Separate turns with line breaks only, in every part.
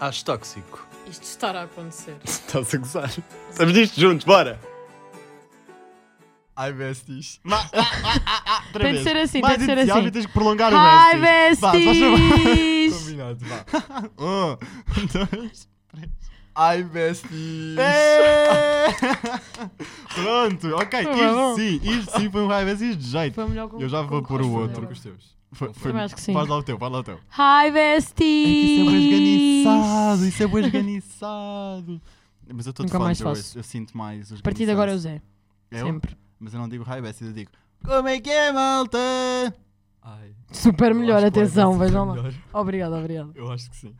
Acho tóxico.
Isto estará a acontecer.
Estás a gozar. Estamos nisto juntos, bora! Ai, besties. Ma- ah, ah, ah, ah, outra
Tem de
vez.
ser assim,
Mais
tem de Tipo, ser
entusiasmo
assim.
e tens que prolongar
Ai,
o besties. Vá, se faz
besties!
Combinado, vá. Um, dois, três.
Ai, besties!
Pronto, ok.
É. Foi
Isto
bom.
sim, isto sim foi um ai, besties de jeito.
Foi o melhor que
Eu já vou
que
pôr
posso
o
fazer
outro.
é?
agora.
teus. Foi, foi,
Eu acho que sim.
Faz lá o teu, faz lá o teu. é
Hi, besties!
isso é bem organizado. Mas eu estou de
Nunca
fone,
mais
eu,
faço.
eu sinto mais os
A partir de agora é o Zé.
Eu?
Sempre.
Mas eu não digo hi, besties, eu digo Como é que é, malta?
Ai,
Super
eu
melhor,
acho que vai
atenção,
é
ser
vejam lá.
melhor.
Obrigado, obrigado.
Eu acho que sim.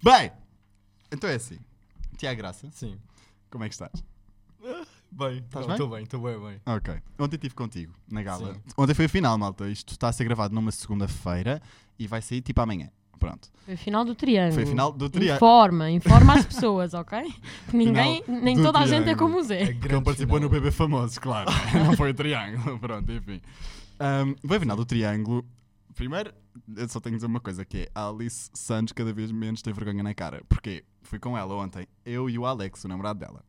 Bem, então é assim. Tiago Graça,
Sim.
como é que estás?
Bem,
Estás bem?
estou bem, estou bem, bem.
Ok. Ontem estive contigo, na gala.
Sim.
Ontem foi a final, malta. Isto está a ser gravado numa segunda-feira e vai sair tipo amanhã. Pronto.
Foi a final do triângulo.
Foi a final
Um
do triângulo.
Informa, informa as pessoas, ok? Que ninguém, nem
do
toda a gente é
triângulo.
como o
É
Zé.
Porque ele
grande
participou
final.
no BB Famoso, claro. não foi o Triângulo. Pronto, enfim. Um, foi a final do Triângulo. Primeiro, eu só tenho que dizer uma coisa, que é a Alice Santos cada vez menos tem vergonha na cara. Porque fui com ela ontem, eu e o Alex, o namorado dela.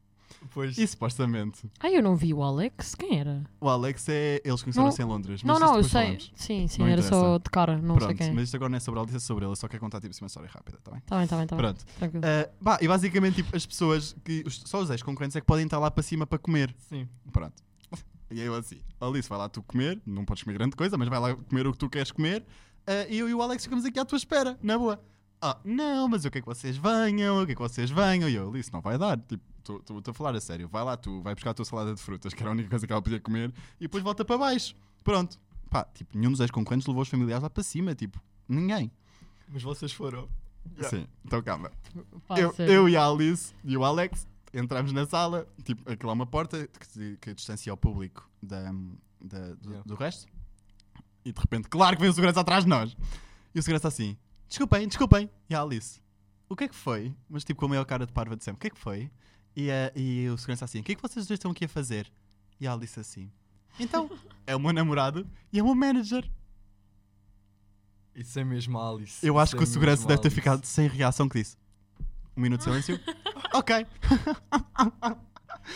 Pois,
E supostamente,
Ah, eu não vi o Alex. Quem era?
o Alex é... Eles conheceram-se em Londres. mas
não,
isso
não, eu
depois
sei.
falamos.
Sim, sim,
Não
era só
interessa.
de cara, não sei
Pronto,
quem.
mas isto agora não é sobre a Alice, é sobre ele. Eu só quero contar tipo assim, uma história rápida, tá bem?
Tá bem, tá bem, tá bem.
Pronto.
Tranquilo.
Ah, bah, e basicamente, tipo, as pessoas que. os- só os ex-concorrentes é que podem estar lá para cima para comer.
sim.
Pronto. E eu assim, Alice, vai lá tu comer, não podes comer grande coisa, mas vai lá comer o que tu queres comer. ah, e eu e o Alex ficamos aqui à tua espera, na boa. Ah, não, mas eu quero que vocês venham, eu quero que vocês venham. E eu, Alice, não vai dar. Tipo, estou- estou estou a falar a sério, vai lá tu, vai buscar a tua salada de frutas, que era a única coisa que ela podia comer, e depois volta para baixo. Pronto. Pá, tipo, nenhum dos ex-concorrentes levou os familiares lá para cima, tipo, ninguém.
Mas vocês foram.
Sim, então calma
Pá,
eu,
sério.
eu e a Alice e o Alex entramos na sala, tipo, aquilo é uma porta que, se- que distancia o público da, da- do,
Yeah.
do resto. E de repente, claro que vem o segurança atrás de nós. E o segurança assim, desculpem, desculpem. E a Alice, o que é que foi? Mas tipo, com a maior cara de parva de sempre, o que é que foi? E, eh, e o segurança assim, o que é que vocês dois estão aqui a fazer? E a Alice assim, então, é o meu namorado e é o meu manager.
Isso é mesmo a Alice.
Eu acho
Isso
que o
é
segurança
mesmo
deve ter
Alice.
ficado sem reação que disse. Um minuto de silêncio. ok.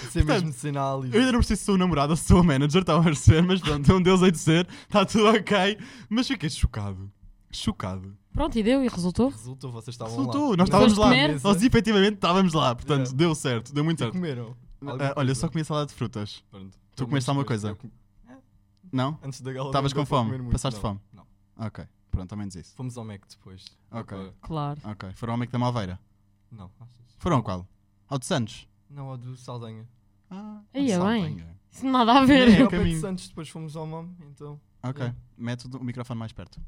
Isso é mesmo cena a Alice.
Eu ainda não preciso ser o namorado, eu sou o manager, estava a perceber, mas pronto, é um deus hei de ser, está tudo ok. Mas fiquei chocado. Chocado.
Pronto, e deu e resultou?
Resultou, vocês estavam
Resultou,
lá.
nós estávamos
Foste
lá.
comer?
Mesa.
Nós efetivamente estávamos lá, portanto,
Yeah.
deu certo, deu muito
E
certo.
comeram.
Ah, olha, só comi a salada de frutas.
Tu
comeste alguma coisa? Não?
Antes da gala.
Estavas
não deu
com
para
fome?
comer muito,
Passaste
não.
fome?
Não.
Ok, pronto, ao menos isso.
Fomos ao Mac depois.
Ok.
Agora-
Claro.
Ok, foram ao Mac da Malveira.
Não, achas?
Foram ao qual? Ao de Santos?
Não, ao do Saldanha.
Ah,
Aí é
Saldanha.
Isso não nada a ver.
É,
É, ao pé
caminho.
de Santos, depois fomos ao MAM, então.
Ok,
Yeah.
mete o microfone mais perto.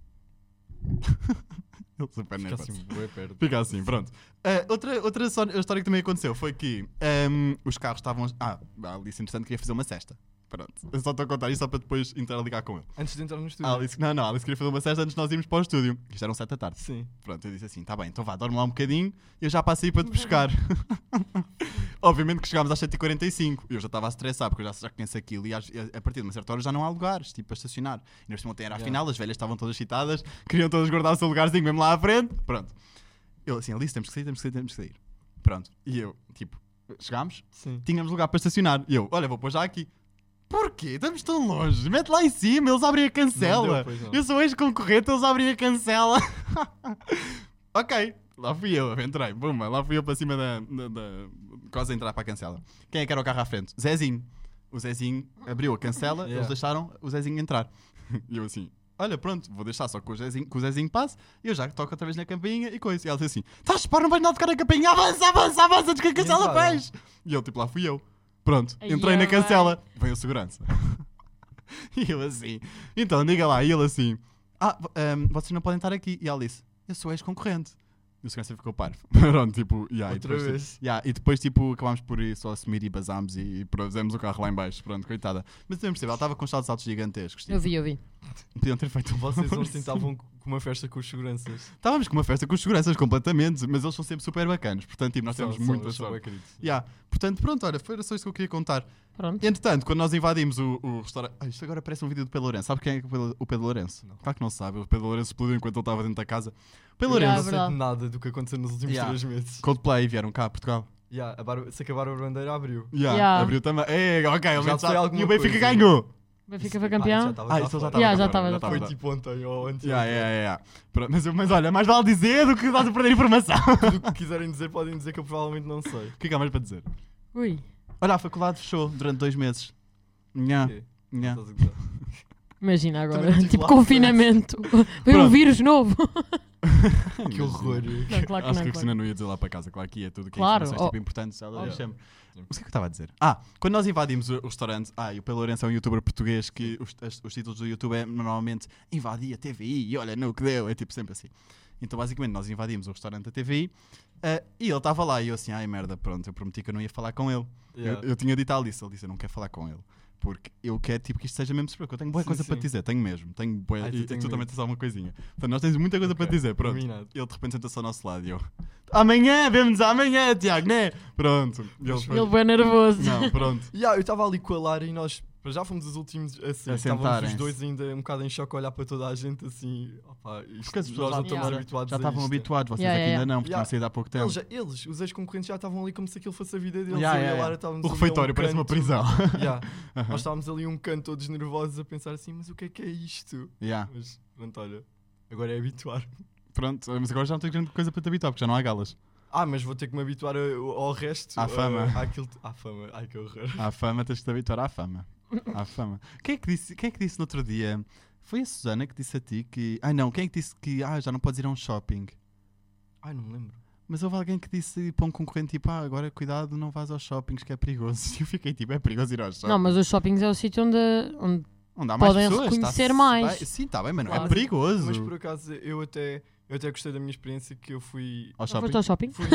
Ele super
Fica
nervoso.
assim, bué perto.
é Fica assim, pronto. Ah, outra, outra só- história que também aconteceu foi que ahm, os carros estavam. Ah, a Alice, entretanto, queria fazer uma cesta. Pronto. Eu só estou a contar isto só para depois interligar com ele.
Antes de entrar no estúdio.
A Alice, não, não, a Alice queria fazer uma cesta antes de nós irmos para o estúdio. Isto eram 7 da tarde.
Sim.
Pronto, eu disse assim: tá bem, então vá, dorme lá um bocadinho eu já passo aí para te buscar. Obviamente que chegámos às 7h45 eu já estava a estressar porque eu já, já conheço aquilo e às- e a, a partir de uma certa hora já não há lugares, tipo, a estacionar. E neste ontem era a
Yeah.
final, as velhas estavam todas citadas, queriam todas guardar o seu lugarzinho mesmo lá à frente. Pronto. Eu assim, Alice, temos que sair, temos que sair, temos que sair. Pronto. E eu, tipo, chegámos,
Sim.
tínhamos lugar para estacionar. E eu, olha, vou pôr já aqui. Porquê? Estamos tão longe. Mete lá em cima, eles abrem a
Não
cancela.
deu, pois não.
eu sou ex-concorrente, eles abrem a cancela. ok, lá fui eu, entrei. Bumba, lá fui eu para cima da, da, da- Quase a entrar para a cancela. Quem é que era o carro à frente? Zezinho. O Zezinho abriu a cancela,
Yeah.
eles deixaram o Zezinho entrar. e eu assim. Olha, pronto, vou deixar só que o Zezinho, que o Zezinho passe e eu já toco outra vez na campainha e coisa. E ela disse assim: estás para, não vais nada tocar na campainha, avança, avança, avança, antes que a cancela
entraram?
fez. E eu, tipo, lá fui eu. Pronto,
Ai,
entrei
é,
na
ai.
cancela. Veio o segurança. e eu assim, então diga lá. E ele assim, ah, vo- ahm, vocês não podem estar aqui. E ela disse, eu sou ex-concorrente. E o segurança ficou parvo. Pronto, tipo, yeah, e
Outra
depois, tipo,
vez.
yeah, e depois, tipo, acabámos por ir só assumir e basámos e, e pusemos o carro lá em baixo. Pronto, coitada. Mas eu percebo, ela estava com saltos altos gigantescos.
Eu
Tipo,
vi, eu vi.
podiam ter feito um
Vocês
favor,
ontem
sim.
estavam com uma festa com os seguranças.
Estávamos com uma festa com os seguranças completamente, mas eles são sempre super bacanos. Portanto, tipo, nós
São-
temos
são-
muita
são
sorte.
bem queridos.
Yeah. Portanto, pronto, olha, foi só isto que eu queria contar.
Pronto.
Entretanto, quando nós invadimos o, o restaurante. Ah, isto agora parece um vídeo do Pedro Lourenço. Sabe quem é o Pedro- o Pedro Lourenço?
Não.
Claro que não sabe. O Pedro Lourenço explodiu enquanto ele estava dentro da casa. Pedro
Yeah, é
Lourenço,
Eu não sei
verdade.
de nada do que aconteceu nos últimos
Yeah.
três meses.
Coldplay vieram cá a Portugal.
Yeah, a Bar- se acabar a bandeira, abriu.
Yeah,
Yeah.
Abriu também. É, ok, ele
Já
sabe.
foi alguma
E o Benfica
coisa.
ganhou.
Benfica foi
Pá,
campeão.
Ah,
tava
isso ele
cá
já
fora.
estava.
Yeah, já
cá fora,
estava, já
estava,
Foi tipo ontem ou antes.
Yeah, yeah, yeah, yeah. Pronto, Mas, eu- mas olha, mais vale dizer do que estás a perder informação.
Tudo o que quiserem dizer, podem dizer que eu provavelmente não sei.
o que é que há mais para dizer?
Ui.
Olha, a faculdade fechou durante dois meses. Nha,
Quê?
nha.
Estás a gozar?
Imagina
Também
agora.
não tive
Tipo
lá,
confinamento. Veio um
né? Pronto.
vírus novo.
Que horror.
Não, claro que
Acho que a
não.
Cristina
Claro.
não ia dizer lá para casa, claro que ia tudo que
Claro,
é informações
ó.
tipo, importantes, ela
Ó.
deixa-me. Mas o que é que eu estava a dizer? Ah, quando nós invadimos o o restaurante, ah, e o Pelo Lourenço é um youtuber português que os, as- os títulos do YouTube é normalmente invadi a TVI e olha no que deu, é tipo sempre assim. Então basicamente nós invadimos o restaurante da TVI ah, e ele estava lá e eu assim, ai merda, pronto, eu prometi que eu não ia falar com ele.
Yeah.
Eu, eu tinha dito à Alice, ele disse, eu não quero falar com ele. Porque eu quero tipo, que isto seja mesmo surpresa. Eu tenho boa
Sim,
coisa para
sim.
te dizer, tenho mesmo. Tenho boa,
Ai, tu
e, e
tenho
tu também
medo.
tens alguma coisinha. Portanto, nós temos muita coisa para te
Ok,
dizer, pronto.
Combinado.
Ele de repente senta-se ao nosso lado e eu Amanhã, vemos amanhã, Tiago, né? Pronto. E ele foi-
Ele foi nervoso.
Não, pronto.
Yeah, eu estava ali com a Lara e nós para já fomos os últimos a sair.
A
Estávamos
sentarem-se.
os dois ainda um bocado em choque a olhar para toda a gente assim. Opa, isto,
Porque as
nós
pessoas
não
lá
estamos
fora
habituados
Já
a
estavam
isto.
habituados, vocês
Yeah,
aqui
yeah,
ainda não, porque
yeah.
tinham saído há pouco tempo.
Eles, já- eles, os ex-concorrentes, já estavam ali como se aquilo fosse a vida deles.
Yeah, yeah,
eu e a
yeah.
Lara estávamos
O
ali a um
refeitório parece uma
canto.
prisão.
Yeah.
Aham.
Nós estávamos ali um canto todos nervosos a pensar assim, mas o que é que é isto?
Yeah.
Mas pronto, olha, agora é habituar.
Pronto, mas agora já não tenho grande coisa para te habituar, porque já não há galas.
Ah, mas vou ter que me habituar a- ao resto.
À
a-
fama.
àquilo- à fama. Ai que horror.
À fama, tens de te habituar à fama. À fama. Quem é que disse, quem é que disse no outro dia? Foi a Susana que disse a ti que. Ai não, quem é que disse que ah, já não podes ir a um shopping?
Ai, não me lembro.
Mas houve alguém que disse para um concorrente tipo, ah, agora cuidado, não vás aos shoppings que é perigoso. E eu fiquei tipo, é perigoso ir aos shoppings.
Não, mas os shoppings é o sítio onde, onde
Onde há
Podem
pessoas,
reconhecer
está-se
mais.
bem. Sim, está bem, mas não
Claro.
é perigoso.
Mas por acaso eu até, eu até gostei da minha experiência que eu fui.
Ao
Já
shopping.
foste ao shopping?
fui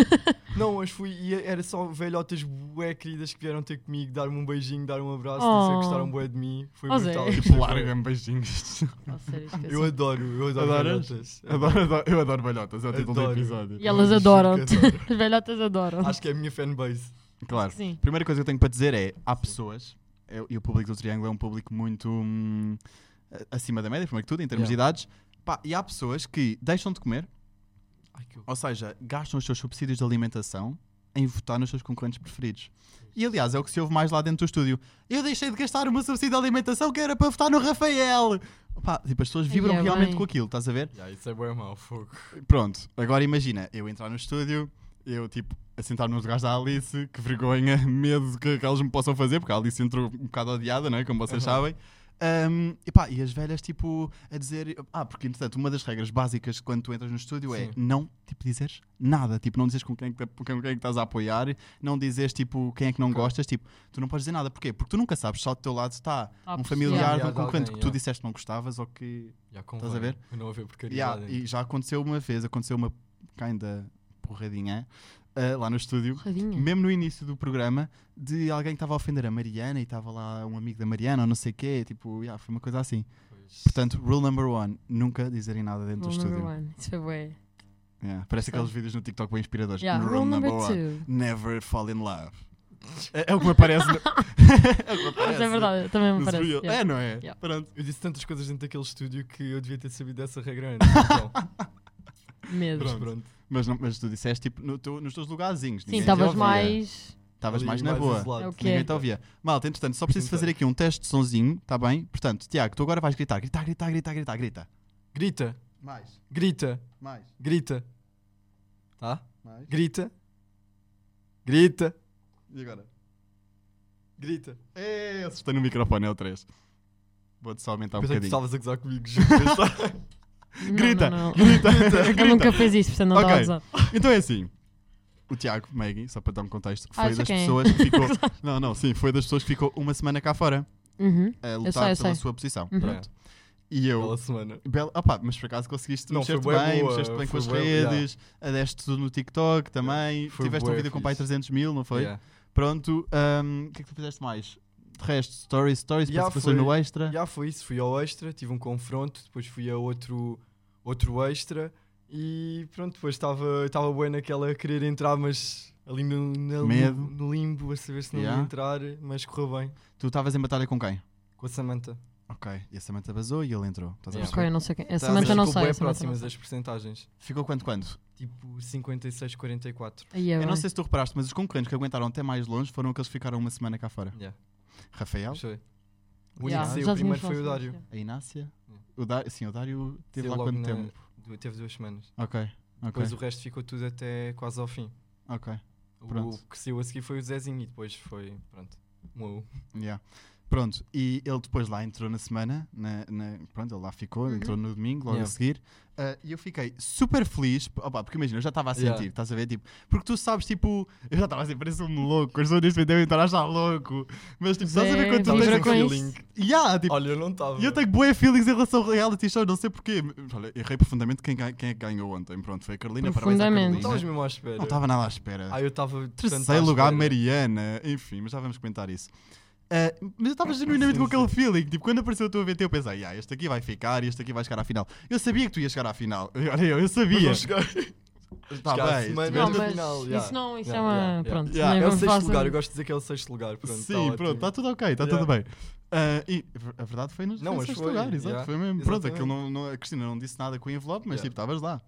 não, mas fui e era só velhotas bué queridas que vieram ter comigo, dar-me um beijinho, dar um abraço, dizer que
Oh.
gostaram bué de mim. Foi
Oh, Zé.
brutal.
Tipo, larga-me beijinhos.
Ah, sério, esqueci.
Eu adoro, eu adoro
Adoras?
velhotas.
Adoro, adoro- eu adoro balhotas, é o título do
Adoro.
episódio.
E elas
Juro que
adoram-te.
adoro.
As velhotas adoram.
Acho que é a minha fanbase.
Claro.
Sim.
Primeira coisa que eu tenho para dizer é: há pessoas, é- e o público do Triângulo é um público muito hum, a- acima da média, primeiro que tudo, em termos de idades. Pá, e há pessoas que deixam de comer,
Ai, que horror.
ou seja, gastam os seus subsídios de alimentação em votar nos seus concorrentes preferidos. E aliás, é o que se ouve mais lá dentro do estúdio. Eu deixei de gastar o meu subsídio de alimentação que era para votar no Rafael. Pá, tipo, as pessoas
Ai,
vibram
é
realmente
bem.
com aquilo, estás a ver?
Yeah, isso é bué mau, fogo.
Pronto, agora imagina, eu entrar no estúdio, eu tipo, a sentar-me nos lugares da Alice, que vergonha, medo que, que elas me possam fazer, porque a Alice entrou um bocado odiada, não é? Como vocês
Aham.
sabem. Ahm, e pá, e as velhas, tipo, a dizer. Ah, porque entretanto, uma das regras básicas quando tu entras no estúdio é
Sim.
não, tipo, dizeres nada. Tipo, não dizes com quem, é que te- com quem, com quem é que estás a apoiar, não dizes, tipo, quem é que não
Ok.
gostas. Tipo, tu não podes dizer nada. Porquê? Porque tu nunca sabes, só do teu lado está
Ah,
um
pois,
familiar
yeah.
de um
Yeah, de
concorrente que
alguém,
tu
yeah.
disseste que não gostavas ou que
Já
a
convém.
ver?
Eu não haver
Yeah,
porcaria.
e já aconteceu uma vez, aconteceu uma kinda porradinha ah, lá no estúdio,
Porradinha.
mesmo no início do programa, de alguém que estava a ofender a Mariana e estava lá um amigo da Mariana ou não sei o quê, tipo, yeah, foi uma coisa assim. Portanto, rule number one, nunca dizerem nada dentro
Rule
do
number
estúdio.
one. Isso foi bué.
Yeah, parece
Gostei.
aqueles vídeos no TikTok bem inspiradores.
Yeah.
Rule,
Rule
number,
number
one,
two.
never fall in love. É, é o que me aparece. no- é o que me
Isso
aparece
é verdade, também me
nos
parece.
reels.
yeah.
É, não é?
Yeah.
Pronto.
Eu disse tantas coisas dentro daquele estúdio que eu devia ter sabido dessa regra antes. Então,
Medo.
mas
Pronto.
pronto.
Mas, não- mas tu disseste tipo, no teu- nos teus lugarzinhos.
Sim,
ninguém te
estavas
ouvia.
mais.
Estavas
Ali
mais na boa.
isolado.
É o quê?
Ninguém te ouvia. Malta, entretanto, só preciso fazer aqui um teste de sonzinho, tá bem? Portanto, Tiago, tu agora vais gritar, gritar, gritar, gritar, gritar, grita.
Grita,
Mais,
grita,
mais,
grita. Tá?
mais.
Grita. Grita.
E agora?
Grita.
É, assustei no microfone, é o 3. Vou-te só aumentar um
Pensei que tu
bocadinho.
estavas a gozar comigo. juro.
Não,
Grita,
não, não.
grita, grita.
Ele nunca fez isso, portanto não
Ok.
estava a usar.
Então é assim. O Tiago, Maggie, só para dar um contexto, foi
Ah, isso
das
quem é?
pessoas que ficou. não, não, sim, foi das pessoas que ficou uma semana cá fora
Uhum.
a lutar
sei, eu
pela
sei.
sua posição.
Uhum.
Pronto. E eu.
Bela semana.
Bela, opa, mas por acaso conseguiste
Não,
mexer-te
foi bué
bem,
boa,
mexeste bem com
foi
as
bué,
redes, adeste tudo no TikTok também,
Foi
tiveste um
bué
vídeo com pai
fixe.
300 mil, não foi?
Yeah.
Pronto, hum, o que é que tu fizeste mais? De resto, stories, stories,
Yeah,
participações
foi-
no extra.
Já foi isso. Fui ao extra, tive um confronto. Depois fui a outro, outro extra e pronto, depois estava estava bué naquela a querer entrar, mas ali no, na-
Medo.
no limbo, a saber se não
Yeah.
ia entrar, mas correu bem
Tu estavas em batalha com quem?
com a Samantha.
Ok. E a Samantha vazou e ele entrou. Estás a
Yeah.
perceber?
Ok, não sei quem. Essa
Tá,
manta
mas
não
ficou
sei.
bué
Essa manta não
próximas
sei.
das percentagens,
Ficou quanto quanto?
tipo 56-44.
Aí é
Eu não
bem.
sei se tu reparaste, mas os concorrentes que aguentaram até mais longe foram aqueles que ficaram uma semana cá fora.
Yeah,
Rafael,
gostei.
é
O único
Yeah,
que saiu
já
primeiro
tínhamos
foi o
falado
Dário.
disso,
a Inácia.
Yeah.
O Dário, sim, o Dário teve
Saiu
lá
logo
quanto
na-
tempo?
du- Teve duas semanas.
Ok, ok,
Depois o resto ficou tudo até quase ao fim.
ok.
O
Pronto.
que saiu a seguir foi o Zezinho e depois foi, pronto, um a um.
Yeah. Pronto, e ele depois lá entrou na semana, na- na- pronto, ele lá ficou,
Uhum.
entrou no domingo, logo
Yeah.
a seguir, Ah, e eu fiquei super feliz, p- opá, porque imagina, eu já estava a sentir,
Yeah.
estás a ver, tipo, porque tu sabes, tipo, eu já estava a dizer, parece um louco, as pessoas neste momento devem estar a achar louco, mas tipo, estás a ver
Zé,
quando tu
vibra
tens...
com isso.
Yeah, tipo,
é Olha, eu não estava.
E eu tenho boa feelings em relação ao reality show, não sei porquê. Olha, errei profundamente quem, ga- quem é que ganhou ontem. Pronto, foi a Carolina, parabéns à
Profundamente.
Não
Carolina.
estavas mesmo à espera.
Não estava nada à espera.
Ah, eu estava.
Terceiro lugar, Mariana. Enfim, mas já vamos comentar isso. Ah, mas eu estava genuinamente
Sim,
com
sim.
aquele feeling. Tipo, quando apareceu o teu VT, eu pensei, ah, este aqui vai ficar e este aqui vai chegar à final. Eu sabia que tu ias chegar à final. Olha, eu, eu sabia. Está
chegar à
bem.
semana.
estiveste-
Não,
Mesmo
mas
final, yeah.
isso não, isso
Yeah,
é uma.
yeah, yeah.
Pronto,
Yeah,
nem
É o
vamos falar
sexto lugar,
sobre-
eu gosto de dizer que é o sexto lugar. Pronto,
Sim,
tá ótimo.
pronto, está tudo ok, está tudo
Yeah.
bem. Ah, e a verdade foi nos foi
Não,
em
mas
sexto
foi,
lugar, exato,
yeah,
foi mesmo. Pronto,
exatamente.
aquilo não, não- a Cristina não disse nada com o envelope, mas
Yeah.
tipo, estavas lá.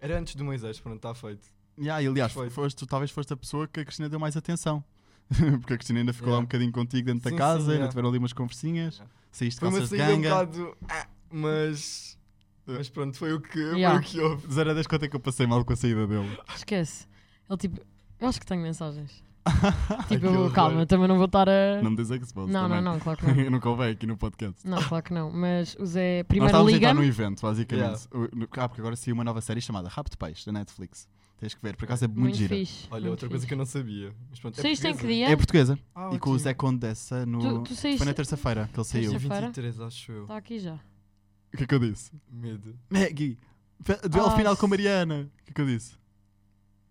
Era antes do Moisés, pronto, está feito.
Yeah, e aliás,
Foi.
foste, tu talvez foste a pessoa que a Cristina deu mais atenção. Porque a Cristina ainda ficou lá um
Yeah.
bocadinho contigo dentro
Sim,
da
sim,
casa, ainda
yeah.
tiveram ali umas conversinhas,
Yeah.
saíste de
Foi uma
calças de
saída um
ganga.
bocado. ah, Mas. Mas pronto, foi o que,
Yeah.
foi o que houve.
De 0 a 10, quanto é que eu passei mal com a saída dele?
Esquece. Ele tipo. Eu acho que tenho mensagens.
Ai, que
Tipo,
horror.
calma, eu também não vou estar a.
Não me diz é Xbox.
Não, não,
também.
não, claro que não.
eu não convém aqui no podcast.
Não, claro que não. Mas o Zé,
Nós
primeiro
estávamos a entrar num
liga-me.
evento, basicamente. O- no- Ah, porque agora saiu uma nova série chamada Rápido Peixe, da Netflix. Tens que ver, por acaso é muito,
Muito
gira.
fixe.
Olha,
muito
outra coisa
fixe.
que eu não sabia. Mas pronto, é
Saíste em que
portuguesa.
dia?
É portuguesa.
Ah,
e com o
ótimo.
Zé Condessa no.
Tu, tu saíste.
Foi na terça-feira que ele saiu.
Dia
Terça-feira. Tá.
23, acho eu.
Está aqui já.
O que é que eu disse?
Medo.
Maggie, fe- duelo
Ah,
final com a
sim.
Mariana. O que é que eu disse?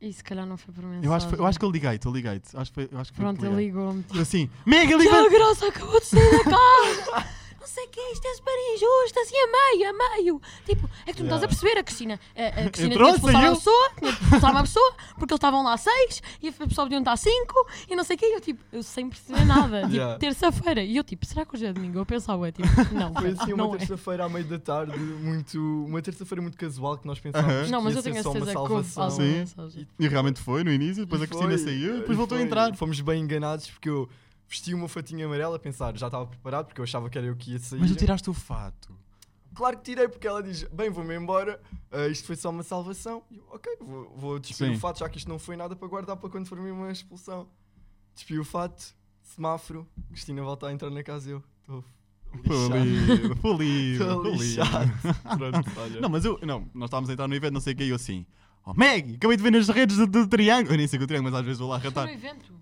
E se calhar não foi por mensagem.
Eu acho, que foi- eu acho que eu liguei-te, eu liguei-te. Acho que foi, eu acho que foi
Pronto,
que
ele
liguei.
ligou-me.
Eu assim, mega
Tiago
ligou!
Grosso acabou de sair da casa! Não sei o que é, isto é super injusto, assim a meio, a meio. Tipo, é que tu não estás a
Yeah.
perceber, a Cristina. A, a Cristina
Entrou,
tinha de expulsar
saiu.
uma pessoa, tinha de expulsar uma pessoa, porque eles estavam lá seis e a pessoa podiam estar cinco e não sei o que. Eu, tipo, eu sem perceber nada. Tipo,
Yeah.
terça-feira. E eu, tipo, será que hoje é domingo? Eu pensava, é tipo, não,
Foi assim uma
não é.
terça-feira à meio da tarde, muito. Uma terça-feira muito casual que nós pensávamos.
Aham.
que
Não, mas
ia
eu tenho
ser
a
só uma
certeza que houve
salvação.
alguma
Sim.
mensagem.
E realmente foi no início, depois a Cristina
Foi,
saiu,
e
depois voltou a
foi.
entrar.
Fomos bem enganados porque eu vesti uma fatinha amarela a pensar, já estava preparado porque eu achava que era eu que ia sair.
Mas tu tiraste o fato.
Claro que tirei porque ela diz: Bem, vou-me embora, ah, isto foi só uma salvação. E eu, ok, vou, vou despir
Sim.
o fato já que isto não foi nada para guardar para quando for mesmo uma expulsão. Despi o fato, semáforo, Cristina volta a entrar na casa e eu estou
Polido,
lixado.
polido,
Estou
polido.
lixado. Pronto, olha.
Não, mas eu, não, nós estávamos a entrar no evento, não sei o que, e eu assim, oh Maggie, acabei de ver nas redes do, do Triângulo. Eu nem sei o que é o Triângulo, mas às vezes vou lá
Foi no
ratar.
evento.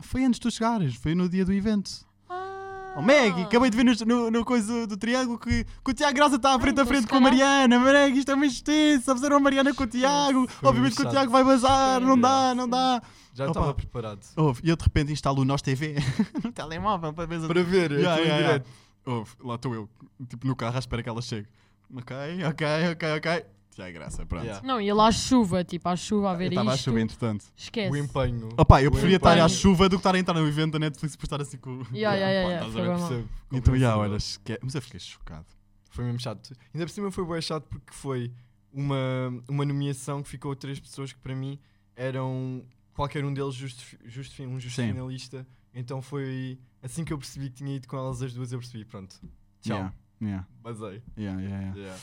Foi antes de tu chegares, foi no dia do evento.
Ah.
Oh Maggie, acabei de ver no, no, no coisa do Triângulo que, que o Tiago Graça está à frente a
então
frente
se
com a
calhar-
Mariana. Maggie, isto é uma injustiça, fizeram a Mariana com o Tiago.
Foi
Obviamente que o
chato.
Tiago vai bazar, não dá, não
Sim.
dá.
Já
Opa.
estava preparado.
Ouve, e eu de repente instalo o Nós TV no telemóvel para ver
Para ver, eu
Yeah,
estou
yeah,
em
yeah.
direto.
Ouve, lá estou eu, tipo no carro à espera que ela chegue. Ok, ok, ok, ok. Já é graça, pronto.
Yeah.
Não, e lá à chuva, tipo, à chuva, a
Eu
ver isto.
estava à chuva entretanto.
Esquece.
O empenho.
Opa, eu
O
preferia estar à
empenho.
chuva do que estar a entrar no evento da Netflix por estar assim com.
Yeah, yeah, yeah, yeah,
estás a
foi
ver?
bem mal.
Percebo,
Então, já,
compreensível.
olha, esque... mas eu fiquei chocado.
Foi mesmo chato. Ainda por cima foi bem chato porque foi uma, uma nomeação que ficou três pessoas que para mim eram qualquer um deles justo, justo, um justo
Sim.
finalista. Então foi assim que eu percebi que tinha ido com elas as duas, eu percebi, pronto. Tchau.
Yeah, yeah,
Basei.
yeah, yeah, yeah.
Yeah.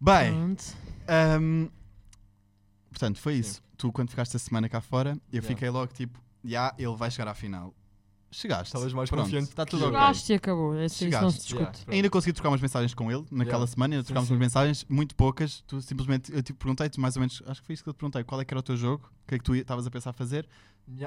Bem,
Pronto.
ahm, portanto, foi isso. Tu, quando ficaste a semana cá fora, eu
Yeah.
fiquei logo tipo, já, ele vai chegar à final. Chegaste.
Estavas mais
Pronto,
confiante
Está
que
tudo
eu.
ok.
Chegaste e acabou. É Isso, isso não se
Chegaste.
discute.
Yeah, pronto.
Ainda consegui trocar umas mensagens com ele naquela
Yeah.
semana, ainda
Sim,
trocámos
sim.
umas mensagens, muito poucas. Tu simplesmente, eu te perguntei-te mais ou menos, acho que foi isso que eu te perguntei, qual é que era o teu jogo, o que é que tu ia- estavas a pensar fazer.
Yeah,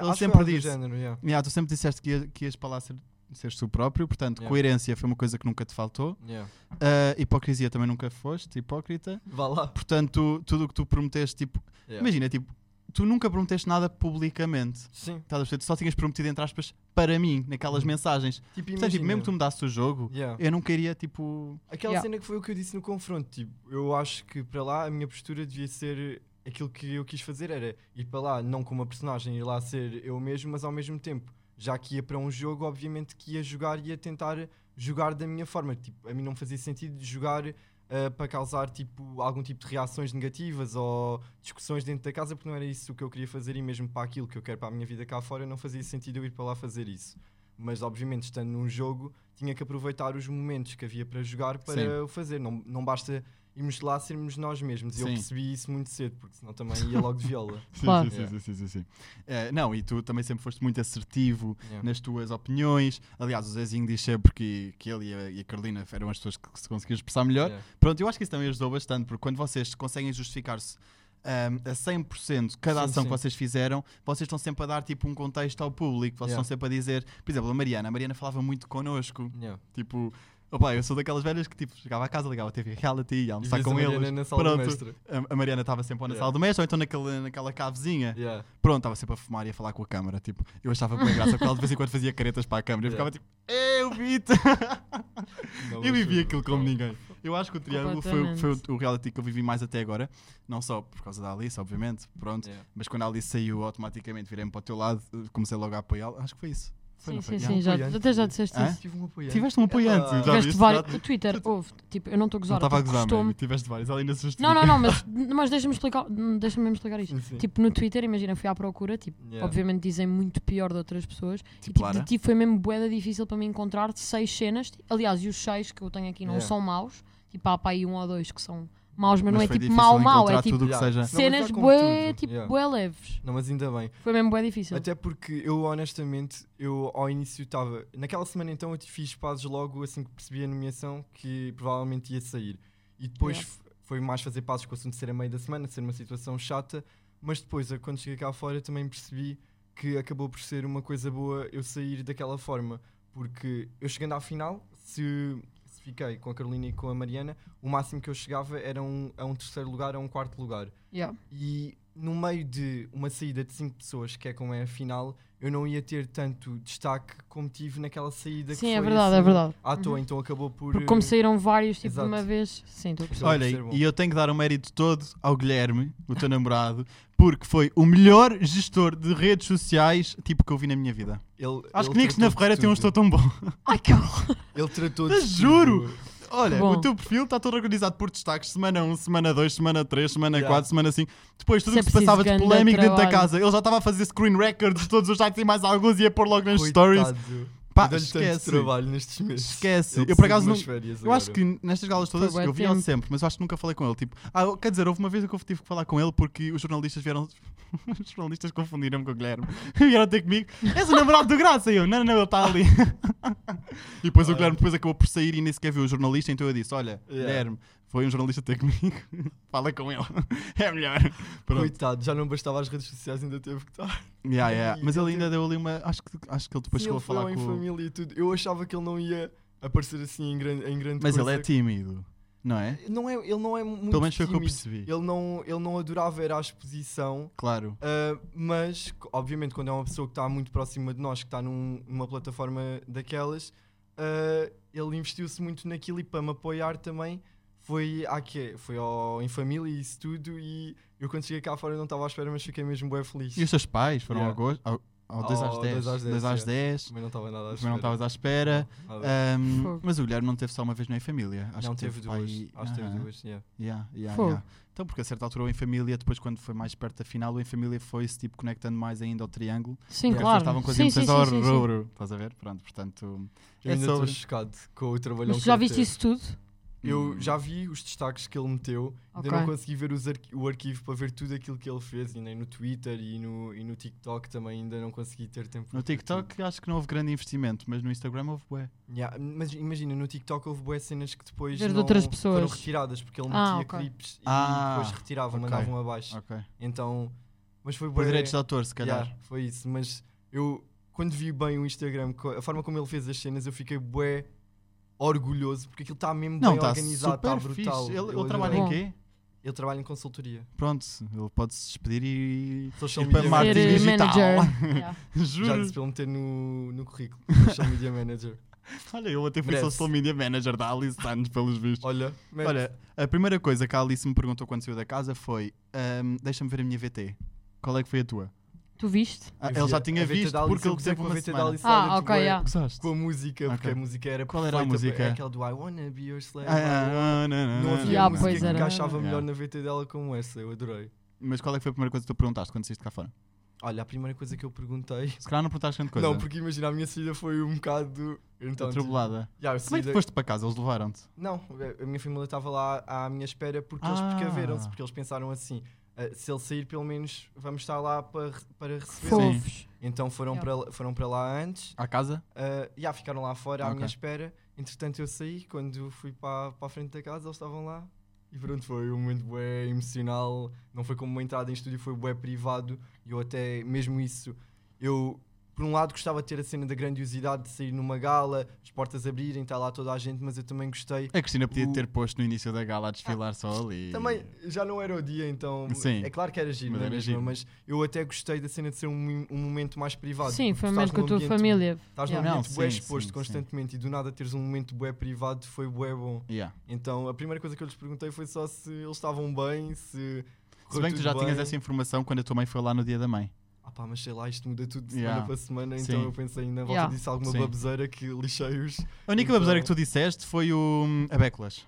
ele
acho que foi
sempre
algo do
diz-
género, yeah.
Yeah, tu sempre disseste que, ia- que ias para lá ser, seres tu próprio, portanto,
Yeah.
coerência foi uma coisa que nunca te faltou,
Yeah.
Ah, hipocrisia também nunca foste, hipócrita.
Vá lá.
Portanto, tudo o que tu prometeste, tipo,
Yeah.
imagina, tipo, tu nunca prometeste nada publicamente.
Sim.
Estás a perceber? Tu só tinhas prometido, entre aspas, para mim, naquelas mensagens. Portanto,
Tipo,
tipo,
imagina.
mesmo que tu me dasses o jogo,
Yeah.
eu não queria, tipo.
Aquela
Yeah.
cena que foi o que eu disse no confronto, tipo, eu acho que para lá a minha postura devia ser aquilo que eu quis fazer era ir para lá não como uma personagem, ir lá ser eu mesmo, mas ao mesmo tempo, já que ia para um jogo, obviamente que ia jogar e ia tentar jogar da minha forma, tipo, a mim não fazia sentido jogar ah, para causar tipo algum tipo de reações negativas ou discussões dentro da casa, porque não era isso que eu queria fazer e mesmo para aquilo que eu quero para a minha vida cá fora, não fazia sentido eu ir para lá fazer isso mas obviamente estando num jogo tinha que aproveitar os momentos que havia para jogar para
Sim.
o fazer, não, não basta irmos lá sermos nós mesmos, e eu
Sim.
percebi isso muito cedo, porque senão também ia logo de viola.
Sim,
Claro.
sim, sim, sim, sim, Uhum. sim. Eh, não, e tu também sempre foste muito assertivo nas tuas opiniões. Aliás, o Zezinho diz sempre que, que ele e a, e a Carolina eram as pessoas que se conseguiam expressar melhor.
Yeah.
Pronto, eu acho que isso também ajudou bastante, porque quando vocês conseguem justificar-se ahm, a 100% cada
Sim,
ação que
sim.
vocês fizeram, vocês estão sempre a dar tipo um contexto ao público, vocês
Yeah.
estão sempre a dizer, por exemplo, a Mariana, a Mariana falava muito connosco,
Yeah.
tipo, opa, eu sou daquelas velhas que tipo, chegava à casa, ligava a TV reality, ia
E
almoçar
vês a
com
Mariana
eles,
na sala do
pronto,
mestre.
a, a Mariana estava sempre ou na
Yeah.
sala do mestre ou então naquela, naquela cavezinha,
Yeah.
pronto, estava sempre a fumar e a falar com a câmara, tipo, eu achava bem graça, porque ela de vez em quando fazia caretas para a câmara, eu ficava
Yeah.
tipo, eu vi-te!
Não,
Eu
mas,
vivi
uh,
aquilo como ninguém. Eu acho que o Triângulo foi, o- foi
Completamente.
o reality que eu vivi mais até agora. Não só por causa da Alice, obviamente, pronto.
yeah.
Mas quando a Alice saiu, automaticamente virei-me para o teu lado, eh, comecei logo a apoiá-la. Acho que foi isso. Foi,
Sim,
não foi?
sim,
Yeah.
sim, já,
apoiante.
até já disseste
Hã?
isso.
Tive um apoiante.
Tiveste um apoiante,
Ah.
já
Tiveste
viste?
vários.
Já-
O Twitter, houve. Tipo, eu não estou a
Não
gozar,
estava a
porque
gozar,
costumo.
mesmo. tipo. Tiveste vários. Ali na sugestão.
Não, não, não, mas, mas deixa-me explicar, deixa-me mesmo explicar isto.
Sim, sim.
Tipo, no Twitter, imagina, fui à procura, tipo,
Yeah.
obviamente dizem muito pior de outras pessoas.
Tipo,
e tipo,
Lara?
de ti foi mesmo boeda difícil para mim encontrar seis cenas. Ti- Aliás, e os seis que eu tenho aqui não
Yeah.
são maus. Tipo, há para aí um ou dois que são maus, mas,
Mas
não é
foi
tipo
difícil
mau, mau. É
encontrar
tipo
tudo o que
Yeah.
seja.
Não, mas
cenas
há como
bué,
tudo.
tipo,
Yeah.
bué leves.
Não, mas ainda bem.
Foi mesmo bué difícil.
Até porque eu honestamente, eu ao início estava. Naquela semana então eu te fiz pazes logo assim que percebi a nomeação que provavelmente ia sair. E depois
Yeah.
f- foi mais fazer pazes com o assunto de ser a meio da semana, ser uma situação chata, mas depois eh, quando cheguei cá fora também percebi que acabou por ser uma coisa boa eu sair daquela forma. Porque eu chegando à final, se, se fiquei com a Carolina e com a Mariana, o máximo que eu chegava era um- a um terceiro lugar, a um quarto lugar.
Yeah.
E no meio de uma saída de 5 pessoas, que é como é a final, eu não ia ter tanto destaque como tive naquela saída que
Sim, é
foi
verdade,
assim,
é verdade.
À toa, então acabou por.
Porque como saíram vários, tipo, de
Exato.
uma vez. Sim, estou a perceber.
Então,
Olha,
ser bom.
e eu tenho que dar o mérito todo ao Guilherme, o teu namorado, porque foi o melhor gestor de redes sociais tipo que eu vi na minha vida.
Ele,
Acho
ele
que nem Cristina
tratou de
Ferreira tem um
tudo.
gestor tão bom.
Ai, que horror.
Ele tratou
Mas
de. tudo.
juro! Olha,
Bom.
o teu perfil está todo organizado por destaques: semana 1, semana 2, semana 3, semana
Yeah.
4, semana 5. Depois, tudo o
Isso
que
é
se
preciso
passava de
grande
polémico dentro da
trabalho.
casa. Ele já estava a fazer screen records de todos os sites e mais alguns e ia pôr logo nas
Coitado.
stories. Pá,
Pá, tanto
esquece.
trabalho nestes meses.
Esquece.
Ele
Eu, por
precisa
acaso,
de umas
não-
férias
Eu acho
agora.
que nestas galas todas
bué
eu vi-o
tempo.
sempre, mas eu acho que nunca falei com ele. Tipo, ah, eu- quer dizer, houve uma vez que eu tive que falar com ele porque os jornalistas vieram. os jornalistas confundiram-me com o Guilherme. vieram ter comigo. És o namorado do Graça! E eu, não, não, não, ele está ali. e depois o Guilherme depois acabou por sair e nem sequer viu o jornalista, então eu disse: Olha,
Yeah.
Guilherme, foi um jornalista ter comigo. Fala com ele. é melhor. Pronto.
Coitado, já não bastava as redes sociais, ainda teve que estar.
Yeah, yeah.
E
Mas
eu
ele ainda deu ali uma. Acho que, acho que ele depois
Sim,
chegou
ele
a falar
foi lá
com.
em família e tudo. Eu achava que ele não ia aparecer assim em grande, em grande
Mas ele
coisa.
é tímido, não é?
Não é, ele não é muito
Pelo menos foi o que eu
tímido.
percebi.
Ele não, ele não adorava ir à exposição,
Claro.
ah, mas c- obviamente quando é uma pessoa que está muito próxima de nós, que está num- numa plataforma daquelas, ah, ele investiu-se muito naquilo e para me apoiar também foi, à que, foi ao, em família e isso tudo e eu quando cheguei cá fora não estava à espera, mas fiquei mesmo bem feliz.
E os teus pais foram
Yeah.
ao, gosto, ao, ao 2
Ao
às 10? 2
dois às dez,
às
yeah.
10.
Também não estava nada à
Também
espera.
não estavas à espera.
Nada.
Ahm,
Fogo.
mas o Guilherme não teve só uma vez nem em família. Acho
não
que
teve
para
duas,
aí-
acho que teve
Aham.
duas, yeah.
Yeah, yeah,
Fogo.
yeah. Então, porque a certa altura o em família, depois quando foi mais perto da final, o em família foi-se tipo conectando mais ainda ao triângulo.
Sim,
porque as pessoas
claro.
estavam com as
Sim, sim,
emoções
sim, sim,
ao
sim.
rouro. Estás a ver? Pronto, portanto.
Eu
é
ainda estou
sobre-
chocado com o trabalhão
Mas tu
que
já
ele
viste
teve.
isso tudo?
Eu
hum,
já vi os destaques que ele meteu, ainda não
Ok.
consegui ver os arqui- o arquivo para ver tudo aquilo que ele fez, e nem no Twitter e no, e no TikTok também ainda não consegui ter tempo. para
No
ver
TikTok acho que não houve grande investimento, mas no Instagram houve bué.
tudo. Yeah, mas imagina, no TikTok houve boas cenas que depois
Ver de
não
outras pessoas.
foram retiradas, porque ele
Ah,
metia
ok.
clipes e
Ah,
depois retirava,
ok.
mandavam abaixo.
Ok.
Então, mas foi
Por
bué-
direitos de autor, se calhar.
Yeah, foi isso, mas eu quando vi bem o Instagram, co- a forma como ele fez as cenas, eu fiquei bué orgulhoso, porque aquilo está mesmo
Não,
bem
está
organizado, está
super
brutal. é
fixe. Ele,
Eu
ele trabalha em
adorei.
quê?
Ele trabalha em consultoria.
Pronto, ele pode se despedir e.
Social
Ir para
media
marketing
Ser, eh,
manager.
digital.
manager. Yeah.
Já
Juro.
disse para ele meter no, no currículo. Social media manager.
Olha, eu até fui
Merece.
social media manager da Alice Santos, pelos vistos.
Olha, mete.
Olha, a primeira coisa que a Alice me perguntou quando saiu da casa foi: "Ahm, Deixa-me ver a minha VT. Qual é que foi a tua?
Tu viste?
Ah,
Eu
ele
vi
já
a-
tinha
a VT
visto,
da Alice,
porque
eu
ele
gozei
teve
com a
uma
VT da
semana.
Alice
Ah,
Solid
ok,
bué
yeah.
Gostaste?
Com a música, porque
Ok.
a música era
Qual era a
perfeita,
música?
é Aquela do I wanna be your slave. I wanna-
Ah, ah, não, não,
Não
não,
havia
não,
Yeah,
não.
música
pois
que
era.
encaixava
Yeah.
melhor na VT dela como essa, eu adorei.
Mas qual é que foi a primeira coisa que tu perguntaste quando saíste cá fora?
Olha, a primeira coisa que eu perguntei.
Se calhar não perguntaste grande coisa.
Não, porque imagina, a minha saída foi um bocado. Então, tipo,
Atribulada.
yeah, eu
Como é que
saí da-
depois para casa? Eles levaram-te.
Não, a- a minha família estava lá à minha espera porque eles
Ah.
precaveram-se, porque eles pensaram assim: "Ah, se ele sair, pelo menos vamos estar lá para, re- para receber.
Fofos.
Então foram,
Yeah.
para, lá- foram para lá antes,
À casa?
ah, já ficaram lá fora à
Ok.
minha espera. Entretanto, eu saí. Quando fui para, para a frente da casa, eles estavam lá. E pronto, foi um momento bué emocional. Não foi como uma entrada em estúdio, foi bué privado. E eu até, mesmo isso, eu, por um lado, gostava de ter a cena da grandiosidade de sair numa gala, as portas abrirem, está lá toda a gente, mas eu também gostei.
A Cristina podia
O-
ter posto no início da gala a desfilar só ali.
Também já não era o dia, então
Sim.
é claro que era giro,
Mas
não é
era
mesmo?
giro.
Mas eu até gostei da cena de ser um, um momento mais
tipo,
privado.
Sim,
porque
foi
estás
mesmo com a
num
tua
ambiente-
família.
Estás
Yeah.
num
Não,
momento bué
sim,
exposto
sim,
constantemente e do nada teres um momento bué privado foi bué bom.
Yeah.
Então a primeira coisa que eu lhes perguntei foi só se eles estavam bem, se.
Se
correu
bem que tu já
tudo
tinhas assim- essa informação quando a tua mãe foi lá no dia da mãe.
Ah pá, mas sei lá, isto muda tudo de semana
Yeah.
para semana, então
Sim.
eu pensei ainda volta
Yeah.
disso alguma
Sim.
baboseira que lixei-os.
A única
Então- Hum,
baboseira que tu disseste foi o hum, a Beclas.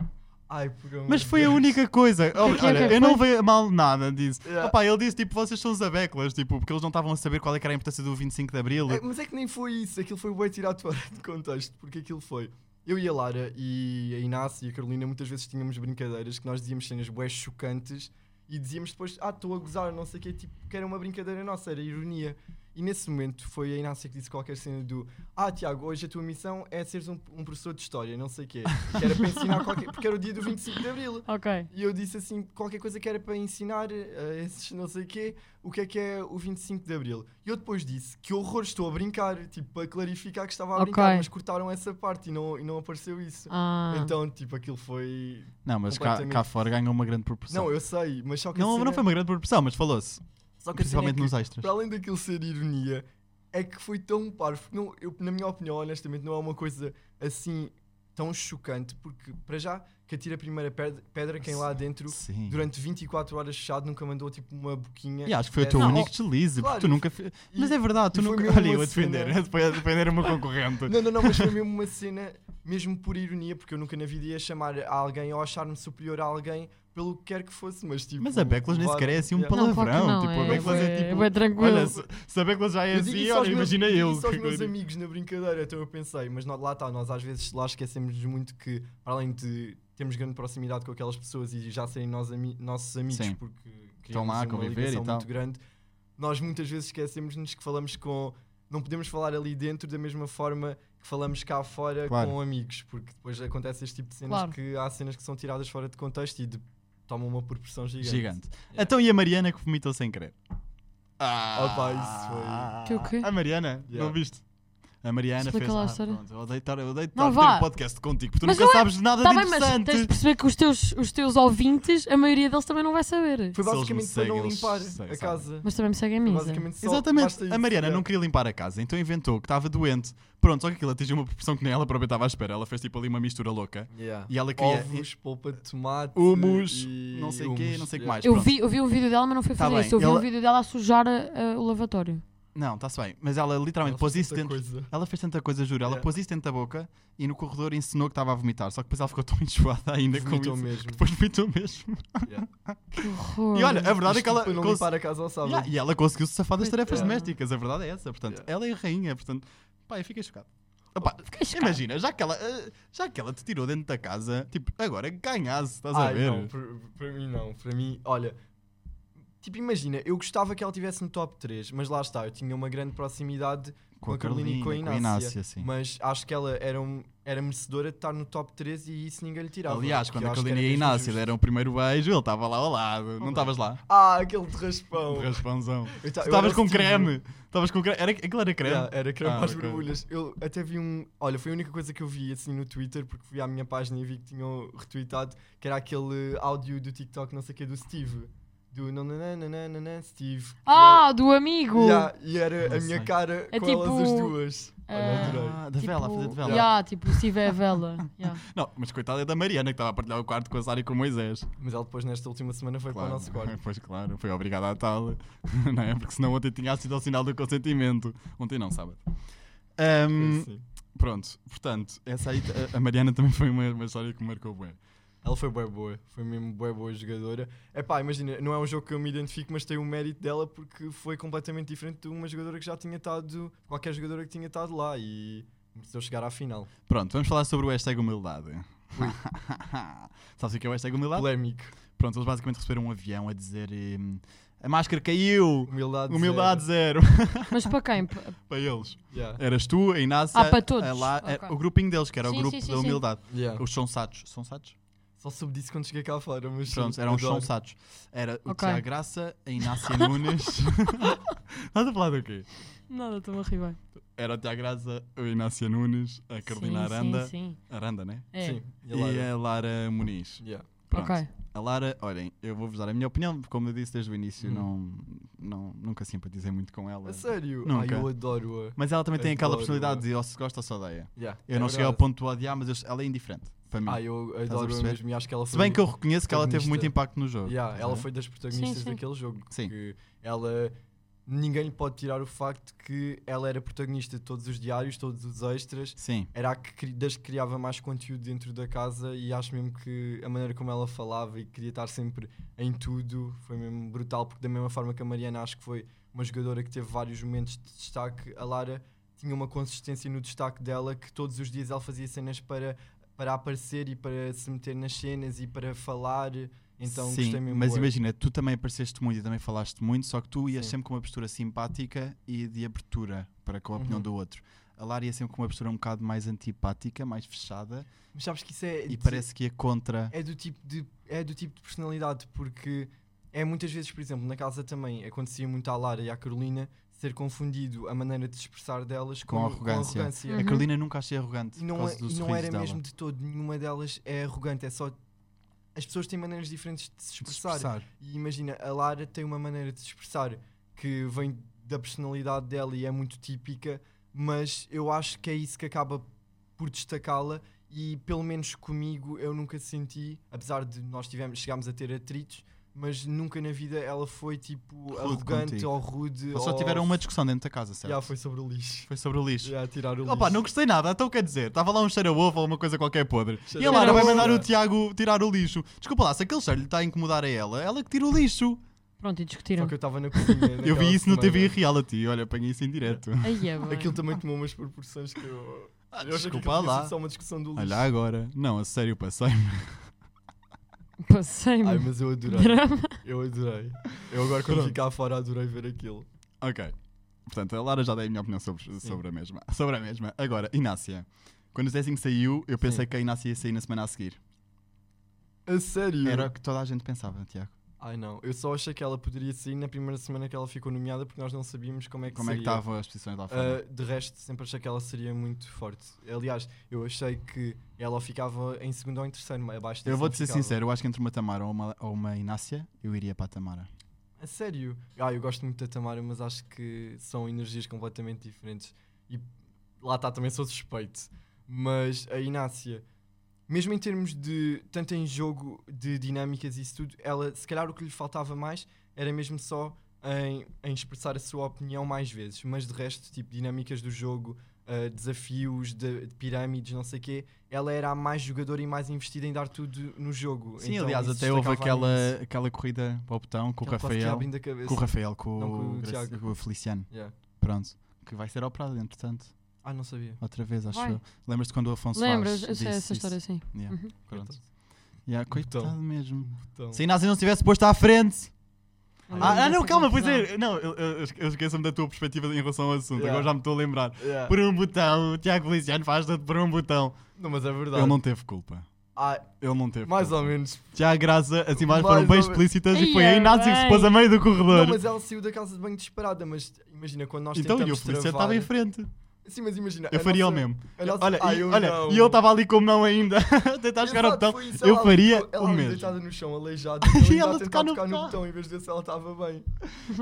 Ai, por amor
Mas
de
foi a
Deus.
única coisa. Oh,
que é que
olha,
foi?
eu não vejo mal nada disso.
Yeah.
Opa, ele disse tipo, vocês são os abeclas, tipo, porque eles não estavam a saber qual é que era a importância do 25 de Abril.
É, mas é que nem foi isso, aquilo foi bem tirado fora de contexto, porque aquilo foi. Eu e a Lara e a Inácio e a Carolina muitas vezes tínhamos brincadeiras que nós dizíamos cenas bué chocantes e dizíamos depois, ah, estou a gozar, não sei o quê, tipo, que era uma brincadeira nossa, era ironia. E nesse momento foi a Inácia que disse qualquer cena do Ah, Tiago, hoje a tua missão é seres um, um professor de história, não sei o quê. Que era para ensinar qualquer. Porque era o dia do 25 de Abril.
Ok.
E eu disse assim, qualquer coisa que era para ensinar a esses não sei quê, o que é que é o 25 de Abril. E eu depois disse, que horror, estou a brincar, tipo, para clarificar que estava a
Ok.
brincar, mas cortaram essa parte e não, e não apareceu isso.
Ah.
Então, tipo, aquilo foi...
Não, mas cá,
completamente.
cá fora ganhou uma grande proporção.
Não, eu sei, mas só que a
não,
cena-
não foi uma grande proporção, mas falou-se.
só que a cena é
Principalmente
que,
nos extras.
para além daquilo ser ironia, é que foi tão parvo. que Não, eu, na minha opinião, honestamente, não é uma coisa assim tão chocante, porque, para já, que atira a primeira pedra, pedra quem lá dentro...
Sim.
durante 24 horas fechado, nunca mandou tipo uma boquinha.
E acho que foi o teu
É, Não,
único deslize,
claro,
porque tu nunca. fe-
e-
mas é verdade, tu
e foi
nunca.
mesmo
Olha, eu
uma
a defender, a defender o meu concorrente.
Não, não, não, mas foi mesmo uma cena, mesmo por ironia, porque eu nunca na vida ia chamar a alguém ou achar-me superior a alguém pelo que quer que fosse, mas tipo.
Mas a Beclas nem
claro,
sequer é assim um
yeah.
palavrão.
Não, claro que não,
tipo, a
é,
Beclas é,
é
tipo.
bué tranquilo.
Olha, se, se a Beclas já é
Eu digo
assim,
isso aos
olha,
meus-
imagina
digo
eu.
Isso aos meus
que-
amigos na brincadeira, então eu pensei, mas não, lá está, nós às vezes lá esquecemos muito que, para além de termos grande proximidade com aquelas pessoas e já serem nós ami- nossos amigos,
Sim.
porque
Estão
criamos
lá a
uma
conviver e
ligação
tal.
muito grande, nós muitas vezes esquecemos-nos que falamos com. Não podemos falar ali dentro da mesma forma que falamos cá fora
Claro.
com amigos, porque depois acontece este tipo de cenas
Claro.
que há cenas que são tiradas fora de contexto e de- tomam uma proporção gigante.
Gigante.
Yeah.
Então e a Mariana que vomitou sem querer? Ah,
Opa, isso
foi- Tu o quê?
A Mariana,
Yeah.
não viste? A Mariana
Explica
fez.
lá a
ah,
história."
pronto, eu odeio estar, eu odeio
Não,
estar a
vá.
ter um podcast contigo, porque tu
Mas
nunca
não é-
sabes nada
Tá
de
bem, mas
interessante.
tens de perceber que os teus, os teus ouvintes, a maioria deles também não vai saber.
Foi
Se eles me
basicamente para
seguem,
não
eles
limpar
seguem,
a
sabem.
casa.
Mas também me seguem a
Foi
mim. Zé.
basicamente só- basta
Exatamente.
isso,
A Mariana
yeah.
não queria limpar a casa, então inventou que estava doente. Pronto, só que aquilo atingiu uma proporção que nem ela própria estava à espera. Ela fez tipo ali uma mistura louca.
Yeah.
E ela queria.
Ovos, polpa de tomate,
Humus,
e
não sei o quê,
humus,
não sei o que
yeah.
mais.
Eu
Pronto.
vi, eu vi um vídeo dela, mas não fui
Tá
fazer
bem,
isso. Eu vi
ela-
um vídeo dela a sujar a- a- o lavatório.
Não, está-se bem. Mas ela literalmente
Ela
pôs
fez
isso
tanta
dentro.
coisa.
Ela fez tanta coisa, juro. Ela
Yeah.
pôs isso dentro da boca e no corredor ensinou que estava a vomitar. Só que depois ela ficou tão enjoada ainda com
Vomitou
isso.
mesmo.
Depois vomitou mesmo.
Yeah.
Que horror.
E olha, a verdade é
Isto
que ela.
Para não
cons-
limpar a casa ao sábado.
Yeah, e ela conseguiu se safar das tarefas
Yeah.
domésticas. A verdade é essa. Portanto,
Yeah.
ela é a rainha. Portanto, pá, eu fiquei chocado. Opa,
chocado.
imagina, já que, ela, eh, já que ela te tirou dentro da casa, tipo, agora ganhasse, estás a
Ai,
ver?
não, para, para mim não. Para mim, olha. Tipo, imagina, eu gostava que ela estivesse no top 3, mas lá está, eu tinha uma grande proximidade com, a Carolina e com a Inácia.
sim.
Mas acho que ela era um- era merecedora de estar no top 3 e isso ninguém lhe tirava.
Aliás,
que
quando é
eu
a
acho que
Carolina e
era
a
mesmo
Inácia
justo.
deram o primeiro beijo, ele estava lá ao lado. Não
Olá.
estavas lá?
Ah, aquele de raspão.
Um Raspãozão.
Eu ta-
Tu
eu
estavas
era
com
cetivo.
creme. Estavas com creme. Era, aquilo era creme.
Yeah, era creme
Ah,
para as
ok.
borbulhas. Eu até vi um. Olha, foi a única coisa que eu vi assim no Twitter, porque fui à minha página e vi que tinham retweetado que era aquele áudio do TikTok, não sei o que, do Steve. Do nananana Steve. E
Ah, do amigo!
eu- yeah, e era
Não
a minha
sei.
cara
É
com
tipo-
elas as duas. Olha,
Ah,
adorei.
Ah, da vela, a fazer de vela.
Yeah, tipo, se tiver vela. yeah.
Não, mas coitada é da Mariana que estava a partilhar o quarto com a Sara e com o Moisés.
Mas ela depois, nesta última semana, foi para o nosso quarto.
Pois claro, foi obrigada à tal. não é? Porque senão ontem tinha sido ao sinal do consentimento. Ontem não, sábado. Ahm,
Sim.
pronto, portanto, essa aí, a- a Mariana também foi uma, uma história que me marcou bem.
Ela foi bué boa, foi mesmo bué boa jogadora. É pá, imagina, não é um jogo que eu me identifico, mas tem o mérito dela porque foi completamente diferente de uma jogadora que já tinha estado, qualquer jogadora que tinha estado lá e mereceu chegar à final.
Pronto, vamos falar sobre o hashtag humildade. Sabes o que é o hashtag humildade?
Polémico.
Pronto, eles basicamente receberam um avião a dizer hum, a máscara caiu,
Humildade.
humildade zero.
Mas para quem? Pa-
para eles.
zero. é- Yeah.
Eras tu, a Inácia,
Ah, para todos.
a La- era
Ok.
o grupinho deles, que era
Sim,
o grupo
sim, sim,
da
sim.
humildade.
Yeah.
Os sonsatos. Sonsatos?
Só soube disso quando cheguei cá fora, mas. sim,
Pronto, um eram os
adoro.
sonsatos. Era o
Ok.
Tiago Graça, a Inácia Nunes. Estás a falar do quê?
Nada, estou-me a rir bem.
Era o Tiago Graça, a Inácia Nunes, a Carolina
sim,
Aranda.
Sim, sim.
Aranda, né?
É.
Sim, e a Lara.
E a Lara Muniz.
Yeah.
Pronto.
ok.
A Lara, olhem, eu vou-vos dar a minha opinião, porque como eu disse desde o início, não, não, nunca simpatizei muito com ela.
A sério?
Nunca.
Ai, Hum. eu adoro-a.
Mas ela também tem aquela
Adoro-a.
personalidade de ou se gosta ou se odeia.
Yeah,
Eu
é
não cheguei ao
verdade.
ponto de odiar, mas eu- ela é indiferente para mim.
Ah, eu adoro-a
perceber?
mesmo e acho que ela
se
foi-
bem que Uhum. eu reconheço que ela teve muito
protagonista.
impacto no jogo.
Yeah,
Estás a
ela
ver?
foi das protagonistas
sim.
daquele jogo.
Sim.
Que ela. Ninguém lhe pode tirar o facto que ela era protagonista de todos os diários, todos os extras.
Sim.
Era a que cri- das que criava mais conteúdo dentro da casa e acho mesmo que a maneira como ela falava e queria estar sempre em tudo foi mesmo brutal, porque da mesma forma que a Mariana acho que foi uma jogadora que teve vários momentos de destaque, a Lara tinha uma consistência no destaque dela que todos os dias ela fazia cenas para, para aparecer e para se meter nas cenas e para falar. Então
Sim,
gostei mesmo.
mas
bué.
imagina, tu também apareceste muito e também falaste muito, só que tu ias
Sim.
sempre com uma postura simpática e de abertura para com a opinião
Uhum.
do outro. A Lara ia sempre com uma postura um bocado mais antipática, mais fechada
Mas sabes que isso é.
e
de-
parece que ia contra.
é do tipo de é do tipo de personalidade porque é muitas vezes por exemplo na casa também acontecia muito à Lara e à Carolina ser confundido a maneira de se expressar delas
Com
com,
arrogância.
com arrogância.
A
Uhum.
Carolina nunca achei arrogante
e
por
não, é-
causa do
e não
sorriso
era
dela.
mesmo de todo nenhuma delas é arrogante é só as pessoas têm maneiras diferentes de se
De se
expressar e imagina, a Lara tem uma maneira de se expressar que vem da personalidade dela e é muito típica, mas eu acho que é isso que acaba por destacá-la e pelo menos comigo eu nunca senti, apesar de nós tivemos, chegámos a ter atritos, mas nunca na vida ela foi tipo arrogante
contigo.
ou rude.
Eles só
ou-
tiveram uma discussão dentro da casa, certo?
Já foi sobre o lixo.
Foi sobre o lixo.
Já tirar o
Opa,
lixo.
não gostei nada, então quer dizer, estava lá um cheiro a ovo ou uma coisa qualquer podre.
Cheiro
e a
a
Lara
ovo.
vai mandar o Tiago tirar o lixo. Desculpa lá, se aquele cheiro lhe está a incomodar a ela, ela que tira o lixo.
Pronto, e discutiram.
Só que eu estava na cozinha.
Eu vi
naquela
isso no
semana.
TV Reality, olha, apanhei isso em direto.
Aí é bem.
Aquilo também tomou umas proporções que eu.
Ah,
eu achei que aquilo
desculpa
tinha sido
lá.
só uma discussão do lixo.
Olha agora. Não, a sério, passei-me.
Ai,
Passei-me.
mas eu adorei.
Drama.
Eu adorei. Eu agora quando
Pronto.
ficar fora adorei ver aquilo.
Ok. Portanto, a Lara já dei a minha opinião sobre, sobre a mesma. Sobre a mesma. Agora, Inácia. Quando o Zezinho saiu, eu pensei
Sim.
que a Inácia ia sair na semana a seguir.
A sério?
Era o que toda a gente pensava, Tiago.
Ai não, eu só achei que ela poderia sair na primeira semana que ela ficou nomeada porque nós não sabíamos como é que
Como é que
seria.
estavam as posições lá fora?
Ah, de resto, sempre achei que ela seria muito forte. Aliás, eu achei que ela ficava em segundo ou em terceiro, abaixo
eu
disso
vou-te
não
ser
ficava.
sincero, eu acho que entre uma Tamara ou uma, ou uma Inácia, eu iria para a Tamara.
A sério? Ah, eu gosto muito da Tamara, mas acho que são energias completamente diferentes. E lá está, também sou suspeito. Mas a Inácia, mesmo em termos de. tanto em jogo, de dinâmicas e isso tudo, ela, se calhar o que lhe faltava mais era mesmo só em, em expressar a sua opinião mais vezes. Mas de resto, tipo, dinâmicas do jogo, ah, desafios, de, de pirâmides, não sei o quê, ela era a mais jogadora e mais investida em dar tudo no jogo.
Sim,
Então,
aliás,
isso
até houve
destacava
aquela,
imenso.
aquela corrida para o botão com o
Ela quase que
Rafael.
abrindo a cabeça.
Com o Rafael, com,
Não,
o,
com o
Graci-
Tiago.
com o Feliciano.
Yeah.
Pronto. Que vai ser ao Prado, entretanto.
Ah, não sabia.
Outra vez, acho
Vai.
eu. Lembras-te quando o Afonso
Lembras? Eu
Soares
sei
disse
essa
isso?
história, sim.
Yeah,
Uhum.
pronto. Yeah,
Botão.
coitado mesmo. assim
Então,
Se a Inácio não se tivesse posto à frente, Ah, ah, não, calma, pois é. Não, eu, eu- eu esqueço-me da tua perspectiva em relação ao assunto.
Yeah.
Agora já me estou a lembrar.
Yeah.
Por um botão, o Tiago Feliciano faz tudo por um botão.
Não, mas é verdade.
Ele não teve culpa.
Ah,
Ele não teve
mais
culpa.
ou menos.
Já a graça, as imagens
Mais
foram bem
ou menos.
explícitas e
Ia
foi a Inácio que se
bem.
pôs a meio do corredor.
Não, mas ela saiu da casa de banho desesperada, mas imagina quando nós
então, e o
tentamos
Feliciano estava
travar-
em frente.
Sim, mas imagina.
Eu
a
faria
nossa-
o mesmo.
a nossa-
Olha,
Ah,
e,
eu
olha
não.
e ele estava ali com o não ainda, Tá a tentar chegar ao
Exato,
botão.
foi isso,
Eu
ela-
faria
ela
o
ali
mesmo.
deitada no chão, aleijada,
E
e
ela
ela
tocar
tentar
no
tocar no
botão.
botão em vez de ver se ela estava bem.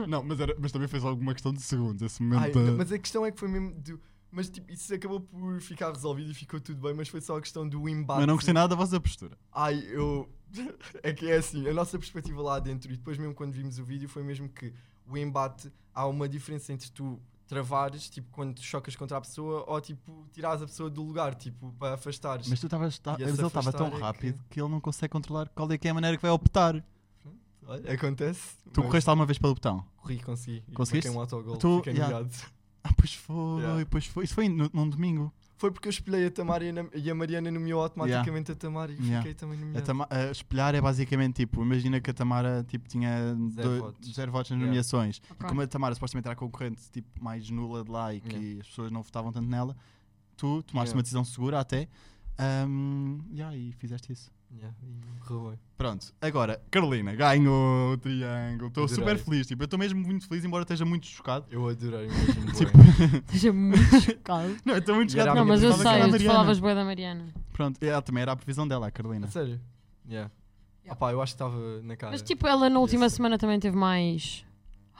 Não, mas, era- mas também fez alguma questão de segundos. Esse momento.
Ai,
eh,
não, mas a questão é que foi mesmo. do- Mas tipo, isso acabou por ficar resolvido e ficou tudo bem, mas foi só a questão do embate.
mas não gostei nada da vossa postura.
Ai, eu. É que é assim, a nossa perspectiva lá dentro, e depois mesmo quando vimos o vídeo, foi mesmo que o embate há uma diferença entre tu travares, tipo, quando te chocas contra a pessoa, ou tipo, tirares a pessoa do lugar, tipo, para afastares.
Mas tu estavas. ta-
E
Mas
esse
ele estava tão
afastar é que-
rápido que ele não consegue controlar qual é que é a maneira que vai optar.
Olha, acontece.
Tu
mas
correste alguma vez pelo botão?
Corri, consegui. E
Conseguiste?
marquei um autogol,
Tu-
fiquei
yeah.
humilhado.
Ah, pois foi,
Yeah.
pois foi. Isso foi no- num domingo.
Foi porque eu espelhei a Tamara e a, Nam- e a Mariana nomeou automaticamente a Tamara e
Yeah.
fiquei também
A
nomeado.
Tama- a espelhar é basicamente tipo, imagina que a Tamara tipo, tinha
Zero
dois-
votos.
zero votos nas
Yeah.
nomeações. E
Ok.
como é a Tamara supostamente era a concorrente tipo, mais nula de lá e que as pessoas não votavam tanto nela, tu tomaste
Yeah.
uma decisão segura até ahm, yeah, e fizeste isso.
Yeah, e correu bem.
Pronto, agora, Carolina, ganhou o triângulo. Estou
Adorei.
super feliz, tipo, eu estou mesmo muito feliz, embora esteja muito chocado.
Eu adorei mesmo. bué.
Tipo,
Seja muito chocado.
Não, eu estou muito
E era
Não,
chocado. porque
a minha
mas eu
pensava que era a
sei, tu
Mariana.
falavas boa da Mariana.
Pronto, ela também era a previsão dela, a Carolina.
A sério?
Yeah.
Yeah. Ah pá, eu acho que estava na cara.
Mas tipo, ela na última
Isso.
semana também teve mais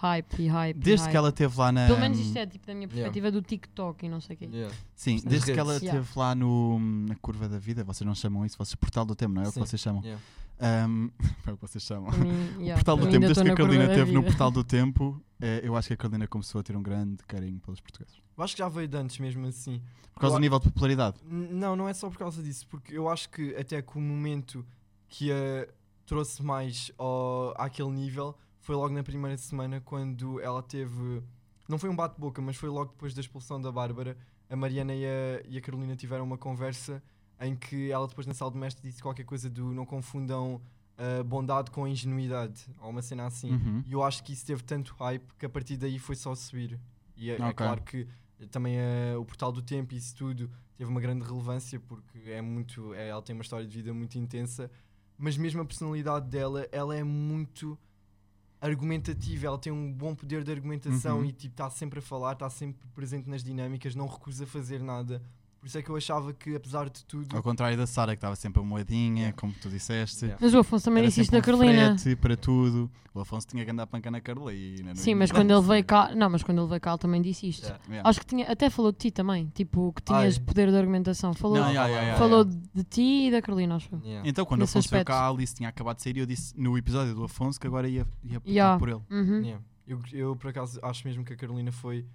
hype e hype. e
Desde que
hype.
ela esteve lá na.
Pelo menos isto é tipo da minha
yeah.
perspectiva do TikTok e não sei o quê.
Yeah.
Sim,
Nas
desde que ela
redes.
esteve lá no, na curva da vida, vocês não chamam isso, vocês portal do tempo, não é o que
Sim,
vocês chamam?
yeah.
Ahm, é o que vocês chamam.
Para mim, yeah,
portal
para
do
mim
tempo,
ainda
desde
estou
que
na
a Carolina
curva da
esteve no
vida.
portal do tempo, eh, eu acho que a Carolina começou a ter um grande carinho pelos portugueses.
Eu acho que já veio de antes mesmo assim.
Por causa
Eu
do
a-
nível de popularidade.
N- Não, não é só por causa disso, porque eu acho que até que o momento que a trouxe mais ao, àquele nível foi logo na primeira semana quando ela teve. Não foi um bate-boca, mas foi logo depois da expulsão da Bárbara. A Mariana e a, e a Carolina tiveram uma conversa em que ela depois na sala doméstica disse qualquer coisa do não confundam ah, bondade com ingenuidade, ou uma cena assim.
Uhum.
E eu acho que isso teve tanto hype que a partir daí foi só subir. E é, é
Ok.
claro que também eh, o Portal do Tempo e isso tudo teve uma grande relevância porque é muito. é- ela tem uma história de vida muito intensa, mas mesmo a personalidade dela, ela é muito argumentativa, ela tem um bom poder de argumentação
Uhum.
e tipo está sempre a falar, está sempre presente nas dinâmicas, não recusa fazer nada. Por isso é que eu achava que apesar de tudo.
Ao contrário da Sara, que estava sempre a moedinha,
Yeah.
como tu disseste.
Yeah.
Mas o Afonso também
Era
disse isto
sempre
na
um
Carolina.
frete para tudo. O Afonso tinha que andar a panca na Carolina. não é?
Sim, mas
Não,
quando ele
sim.
veio cá. Não, mas quando ele veio cá, ele também disse isto.
Yeah.
Yeah.
Acho que tinha, até falou de ti também, tipo, que
Ai.
tinhas poder de argumentação. Falou,
Ah, é. Não, é, yeah, yeah, yeah,
falou de ti e da Carolina, acho eu.
Yeah.
Então, quando o
Nesse
Afonso veio
aspecto.
cá, a Alice tinha acabado de sair e eu disse no episódio do Afonso que agora ia, ia apontar
Yeah.
por ele.
Uhum.
Yeah. Eu, eu, por acaso, acho mesmo que a Carolina foi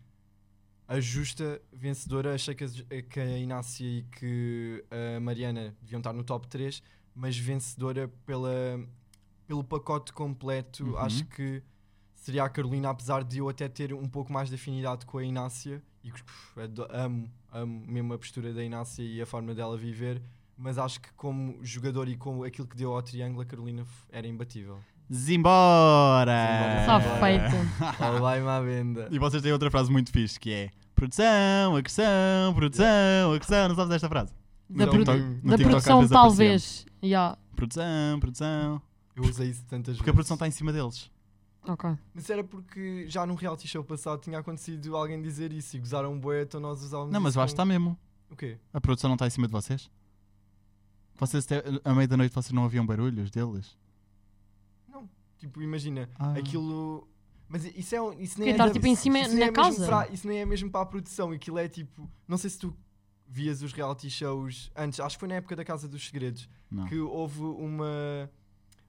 a justa vencedora. Achei que a, que a Inácia e que a Mariana deviam estar no top 3, mas vencedora pela, pelo pacote completo.
Uhum.
Acho que seria a Carolina, apesar de eu até ter um pouco mais de afinidade com a Inácia. E que, uf, ado- amo, amo mesmo a postura da Inácia e a forma dela viver. Mas acho que, como jogador e com aquilo que deu ao triângulo, a Carolina f- era imbatível.
Zimbora!
Zimbora.
Está
Yeah.
feito.
Ela vai-me à venda.
E vocês têm outra frase muito fixe que é Produção, agressão, produção, agressão. Não sabes esta frase?
Da,
No
produ-
TikTok- no
da
TikTok às
produção,
vezes
talvez. Yeah.
aparecia. Produção, produção.
Eu usei isso tantas
Porque a
vezes.
produção tá está em cima deles.
Ok.
Mas era porque já num reality show passado tinha acontecido alguém dizer isso e gozaram bué, então nós usávamos
Não, mas
isso
eu acho que tá-
como-
está mesmo.
O quê?
A produção não está em cima de vocês? Vocês, até, à meia da noite, vocês não ouviam barulhos deles?
Tipo, imagina,
Ah.
aquilo... Mas isso, é, um- isso
Porque
nem é...
tá,
da-
tipo, em cima-
isso nem
na
é mesmo
casa.
pra- isso nem é mesmo para a produção, aquilo é tipo... Não sei se tu vias os reality shows antes, acho que foi na época da Casa dos Segredos,
Não.
que houve uma...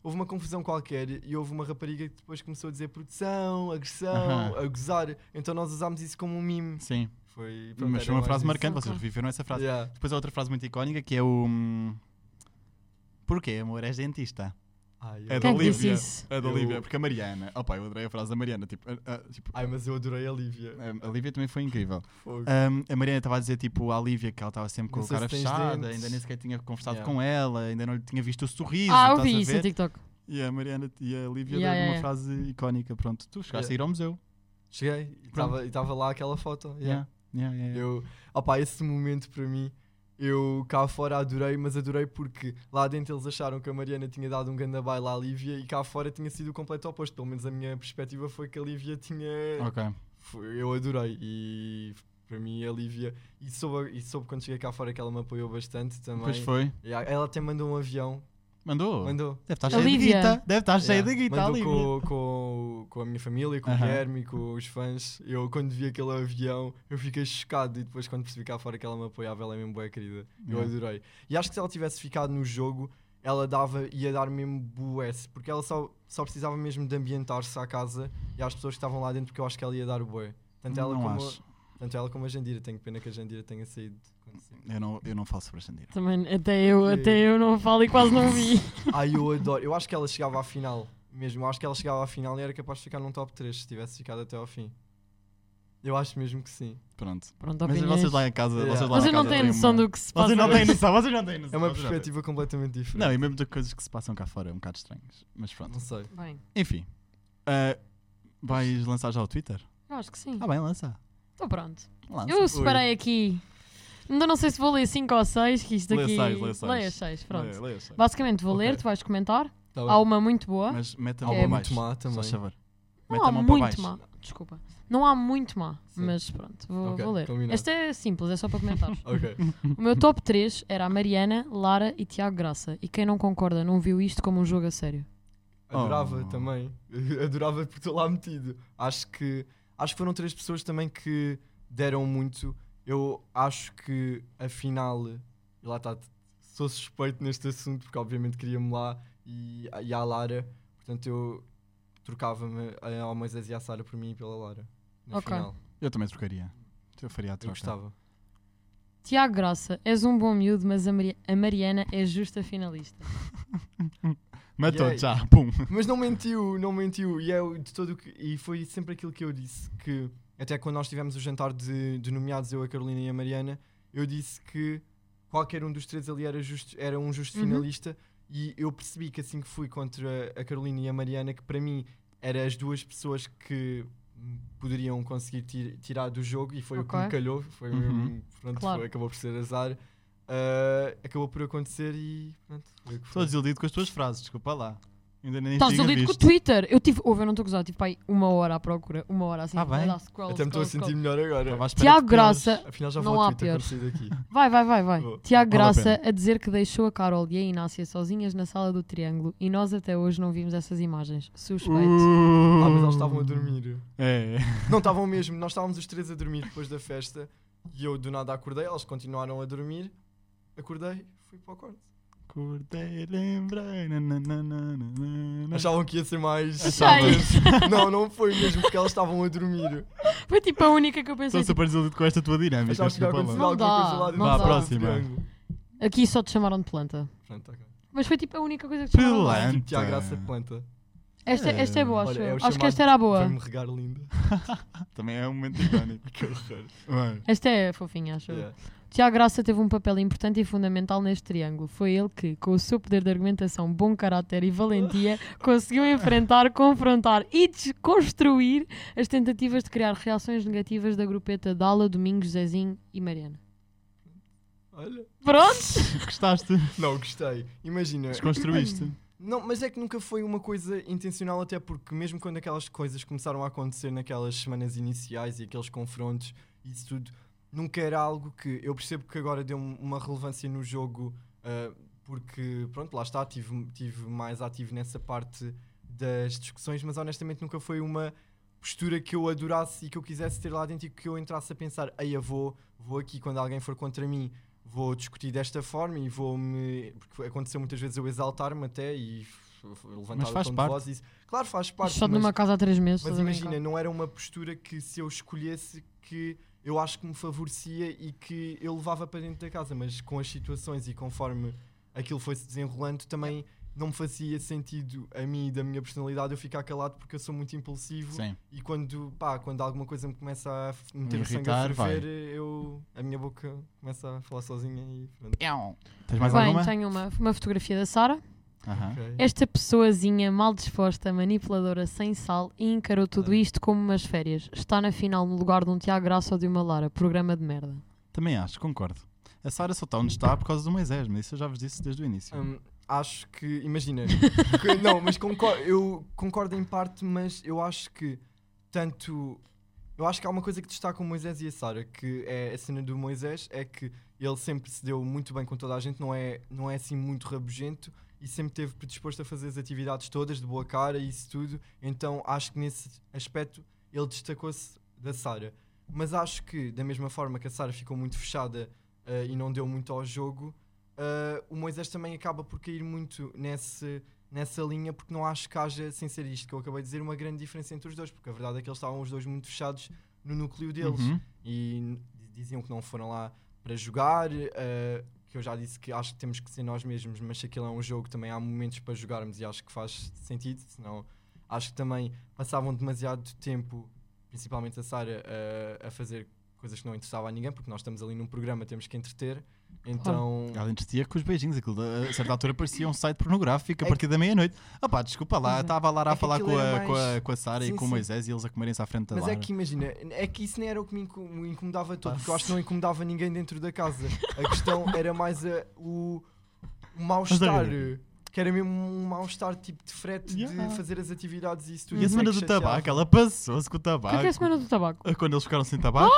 Houve uma confusão qualquer e houve uma rapariga que depois começou a dizer produção, agressão,
Aham.
a gozar. Então nós usámos isso como um mime.
Sim,
Foi, pronto,
mas
era
foi uma
mais
frase
isso.
marcante,
Ok.
vocês reviveram essa frase.
Yeah.
Depois há outra frase muito icónica que é o. hum, Porquê, amor? És dentista.
Ai,
É
eu-
da
Quem é que
Olivia.
disse isso?
A da
Eu-
Lívia, porque a Mariana. Opa, eu adorei a frase da Mariana. Tipo, a, a- tipo,
Ai, mas eu adorei a Lívia. Ah,
a, a Lívia também foi incrível.
Fogo.
Um, a Mariana estava a dizer tipo à Lívia que ela estava sempre com
Não
o
sei
cara
se tens
fechada,
dentes.
ainda nem sequer tinha conversado
Yeah.
com ela, ainda não lhe tinha visto o sorriso.
Ah, eu
estás a
vi isso
ver?
no TikTok.
E a Mariana e a Lívia
Yeah,
deram
yeah,
uma
yeah.
frase icónica. Pronto, tu chegaste a ir ao museu.
Cheguei
Pronto.
e estava- e estava lá aquela foto. yeah.
Yeah. Yeah, yeah, yeah.
Eu, opá, esse momento para mim, eu cá fora adorei, mas adorei porque lá dentro eles acharam que a Mariana tinha dado um ganda baile à Lívia e cá fora tinha sido o completo oposto. Pelo menos a minha perspectiva foi que a Lívia tinha.
Ok.
Foi- eu adorei e para mim a Lívia. E soube, e soube quando cheguei cá fora que ela me apoiou bastante também.
Pois foi.
E a- Ela até mandou um avião.
Mandou.
Mandou.
Deve estar
A
cheia de
Lívia.
guita. Deve estar cheia
Yeah.
de guita, a
Mandou
Lívia.
com, com, com a minha família, com o
tá Aham.
Guilherme, com os fãs. Eu, quando vi aquele avião, eu fiquei chocado. E depois, quando percebi cá fora que ela me apoiava, ela é mesmo boa, querida. Eu
Yeah.
adorei. E acho que se ela tivesse ficado no jogo, ela dava, ia dar mesmo bué-se. Porque ela só, só precisava mesmo de ambientar-se à casa e às pessoas que estavam lá dentro, porque eu acho que ela ia dar o bué. Tanto ela,
não
como,
acho.
tanto ela como a Jandira. Tenho pena que a Jandira tenha saído. quando saiu.
Eu não, eu não falo sobre a Xandira.
Também, até eu,
Ok.
até eu não falo e quase não vi.
Ai, eu adoro. Eu acho que ela chegava à final. Mesmo, eu acho que ela chegava à final e era capaz de ficar num top 3 se tivesse ficado até ao fim. Eu acho mesmo que sim.
Pronto.
Pronto,
Mas
opiniões.
vocês lá em casa.
Yeah.
Vocês lá
Mas
na
eu não
casa
tenho
têm
noção
uma-
do que se passa.
Vocês não têm noção, vocês não têm noção.
É uma
vocês não têm.
perspectiva completamente diferente.
Não, e mesmo de coisas que se passam cá fora, é um bocado estranhas. Mas pronto.
Não sei.
Bem,
Enfim. Ah, vais lançar já o Twitter?
eu acho que sim.
Ah, bem, lança.
Estou pronto.
Lança.
Eu separei aqui. Ainda não sei se vou ler 5 ou 6, que isto
Lê
aqui.
seis, lê seis.
Leia 6, pronto.
Leia, leia, sei.
Basicamente vou ler,
Ok.
tu vais comentar.
Tá
Há
bem.
uma muito boa.
Mas meta a
Há
mão
É
para
uma
baixo.
muito má também.
Só favor.
Não
Meta
há
a mão para
muito
baixo.
má. Desculpa. Não há muito má,
Sim.
mas pronto, vou,
Ok,
vou ler.
combinado.
Esta é simples, é só para comentar.
Ok.
o meu top 3 era a Mariana, Lara e Tiago Graça. E quem não concorda não viu isto como um jogo a sério.
Oh.
Adorava também. Adorava por estou lá metido. Acho que acho que foram três pessoas também que deram muito. Eu acho que afinal, e lá está, sou suspeito neste assunto porque obviamente queria-me lá e, e à Lara, portanto eu trocava-me eh, ao Moisés e à Sara por mim e pela Lara. Na
Ok.
final.
Eu também trocaria. Eu faria a
Eu
troca.
gostava.
Tiago Graça, és um bom miúdo, mas a, Mari- a Mariana é justa finalista.
Matou,
Yay.
já. Pum.
Mas não mentiu, não mentiu. E, é o- de todo o que- e foi sempre aquilo que eu disse: que até quando nós tivemos o jantar de, de nomeados, eu, a Carolina e a Mariana, eu disse que qualquer um dos três ali era, justo, era um justo
Uhum.
finalista. E eu percebi que assim que fui contra a Carolina e a Mariana, que para mim eram as duas pessoas que hum, poderiam conseguir ti- tirar do jogo, e foi o que me
Ok.
calhou. Foi
Uhum.
mesmo- pronto,
Claro.
foi- acabou por ser azar. Ah, acabou por acontecer e pronto. foi o que foi.
Estou desiludido com as tuas frases, desculpa lá. Ainda nem
Estás
tinha
desiludido com o
visto.
Twitter? Eu tive, houve, eu não estou a gozar, tive aí uma hora à procura, uma hora assim.
Ah, bem.
vai lá, scroll,
Até me estou
scroll,
a sentir
scroll.
melhor agora.
Estava à espera
Tiago
de piores.
Graça,
Afinal já
Não
vou
há
ao Twitter
pior.
quando sair daqui.
Vai, vai, vai, vai.
Vou.
Tiago
Vale a
Graça a dizer que deixou a Carol e a Inácia sozinhas na sala do Triângulo e nós até hoje não vimos essas imagens. Suspeito.
Uh.
Ah, mas eles estavam a dormir.
É.
Não estavam mesmo, nós estávamos os três a dormir depois da festa e eu do nada acordei, elas continuaram a dormir. Acordei, fui para o quarto.
Cortei, lembrei. nananana.
Achavam que ia ser mais.
Achavam.
Talvez. não, não foi mesmo, porque elas estavam a dormir.
Foi tipo a única que eu pensei.
Estou
tipo,
super
Então,
desiludido com esta tua dinâmica.
Achavam que ia
desculpa lá.
acontecer
Não
alguma
dá,
coisa lá dentro.
não Vá, dá.
próxima.
Triângulo.
tipo, Aqui só te chamaram de planta.
Pronto, ok.
Mas foi tipo a única coisa que te chamaram. de planta.
Planta.
Tipo, Tiago Graça planta.
Esta, esta é boa,
Olha,
acho
é o
eu. Acho
chamado-
que esta era a boa.
Foi-me regar linda.
Também é um momento icónico.
Que horror.
Vai.
Esta é fofinha, acho eu.
Yeah.
Tiago Graça teve um papel importante e fundamental neste triângulo. Foi ele que, com o seu poder de argumentação, bom caráter e valentia, conseguiu enfrentar, confrontar e desconstruir as tentativas de criar reações negativas da grupeta Dala, Domingos, Zezinho e Mariana.
Olha.
Prontos?
Gostaste?
Não, gostei. Imagina.
Desconstruíste?
Não, mas é que nunca foi uma coisa intencional, até porque mesmo quando aquelas coisas começaram a acontecer naquelas semanas iniciais e aqueles confrontos, isso tudo, nunca era algo que eu percebo que agora deu um, uma relevância no jogo, ah, porque pronto, lá está, tive, tive mais ativo nessa parte das discussões, mas honestamente nunca foi uma postura que eu adorasse e que eu quisesse ter lá dentro e que eu entrasse a pensar, ei, eu vou, vou aqui quando alguém for contra mim, vou discutir desta forma e vou me. Porque aconteceu muitas vezes eu exaltar-me até e f- f- levantar
Mas faz
o tom
parte.
de voz e isso. Claro, faz parte.
Só
mas-
numa casa há três meses.
mas
estás a brincar?
imagina, não era uma postura que se eu escolhesse que eu acho que me favorecia e que eu levava para dentro da casa, mas com as situações e conforme aquilo foi se desenrolando, também não me fazia sentido a mim e da minha personalidade eu ficar calado porque eu sou muito impulsivo
Sim.
e quando, pá, quando alguma coisa me começa a f- meter o sangue a
irritar, vai.
ferver, eu, a minha boca começa a falar sozinha e pronto.
Tens mais
Bem,
alguma?
tenho uma, uma fotografia da Sara.
Aham.
Ok.
Esta pessoazinha mal disposta, manipuladora, sem sal, e encarou tudo isto como umas férias. Está na final no lugar de um Tiago Graça ou de uma Lara. Programa de merda.
Também acho, concordo. A Sara só está onde está por causa do Moisés, mas isso eu já vos disse desde o início.
Hum, acho que, imagina, que- não, mas concordo, eu concordo em parte, mas eu acho que tanto. Eu acho que há uma coisa que destaca o Moisés e a Sara, que é a cena do Moisés, é que ele sempre se deu muito bem com toda a gente, não é, não é assim muito rabugento e sempre teve predisposto a fazer as atividades todas, de boa cara e isso tudo. Então acho que nesse aspecto ele destacou-se da Sara. Mas acho que, da mesma forma que a Sara ficou muito fechada eh, e não deu muito ao jogo, Uh, o Moisés também acaba por cair muito nesse, nessa linha, porque não acho que haja, sem ser isto que eu acabei de dizer, uma grande diferença entre os dois, porque a verdade é que eles estavam os dois muito fechados no núcleo deles
Uhum.
e n- diziam que não foram lá para jogar. eh, que eu já disse que acho que temos que ser nós mesmos, mas se aquilo é um jogo, também há momentos para jogarmos e acho que faz sentido. Senão, acho que também passavam demasiado tempo, principalmente a Sara, eh, a- a fazer coisas que não interessavam a ninguém, porque nós estamos ali num programa, temos que entreter. Então,
Ela entretia com os beijinhos, aquilo da- a certa altura parecia um site pornográfico a
É
partir da meia-noite. Ah pá, desculpa lá,
Exato.
estava a Lara
É
a
que
falar
aquilo
com
era
a,
mais-
com a, com a Sara e
Sim,
com o
sim.
Moisés e eles a comerem-se à frente da
Mas
Lara.
é que imagina, é que isso nem era o que me inco- me incomodava todo, porque eu acho que não incomodava ninguém dentro da casa. A questão era mais a- o, o
Mas
mal-estar,
olha-
que era mesmo um mal-estar tipo de frete
Yeah.
de fazer as atividades e isso tudo.
E a
Isso é
semana
que
do
chateava.
tabaco, ela passou-se com o
O que é
tabaco.
que é a semana do tabaco?
Ah, Quando eles ficaram sem tabaco.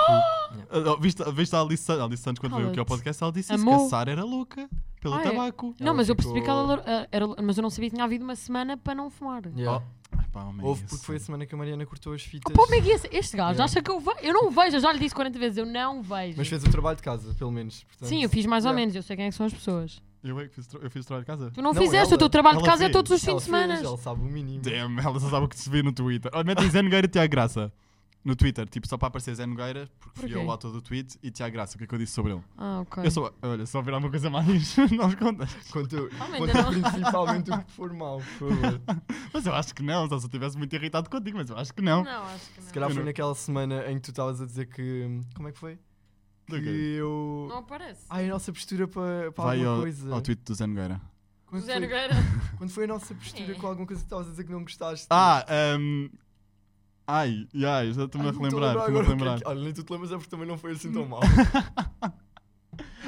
Ah, oh, Viste, viste a Alice Santos, a Alice Santos quando veio aqui ao
Cala-te.
podcast, ela disse isso, que a
Amou.
Sara era louca pelo
Ah, é?
tabaco.
Não, mas eu
ficou-
percebi que ela eh, era, era- Mas eu não sabia que tinha havido uma semana para não fumar.
Yeah.
Ai, pá, homem,
Houve
Oh, isso.
porque foi a semana que a Mariana cortou as
Oh,
fitas,
pá, como é que é esse- Este gajo
Yeah.
acha que eu vejo. Eu não vejo, eu já lhe disse 40 vezes, eu não vejo.
mas fez o trabalho de casa, pelo menos. portanto.
Sim, eu fiz mais ou
Yeah.
menos, eu sei quem é que são as pessoas.
Eu é que fiz, tra- eu fiz trabalho de casa.
Tu não,
Não,
fizeste,
ela-
o teu trabalho de
ela
casa é
fez.
todos os
Ela
fins de
fez,
semana.
Ela sabe o mínimo.
Damn, ela só sabe o que se vê no Twitter. Olha, metem Zé Nogueira e Tiago Graça no Twitter, tipo, só para aparecer Zé Nogueira, porque fui
Porquê?
eu o autor do tweet e Tiago Graça, o que é que eu disse sobre ele?
Ah, ok.
Eu só, olha, só virar uma coisa mais, não me contas.
Quanto,
Ah, mas
quanto
ainda não-
principalmente o que for mal, por favor.
Mas eu acho que não, só se eu estivesse muito irritado contigo, mas eu acho que não.
Não, acho que não.
Se calhar
Eu
foi
não-
naquela semana em que tu estavas a dizer que. Como é que foi? Que
Ok.
eu.
Não aparece.
Ai, a nossa postura para, para
Vai
alguma
ao,
coisa.
ao tweet do Zé Nogueira.
Quando,
José
foi,
Nogueira.
quando foi a nossa postura
É.
com alguma coisa que estavas a dizer que não gostaste?
Ah, um, ai, ai, já
Ai,
estou-me a
não me
relembrar,
estou
estou-me a
agora o que é que-
relembrar.
Olha, nem tu te lembras é porque também não foi assim tão
Hum.
mal.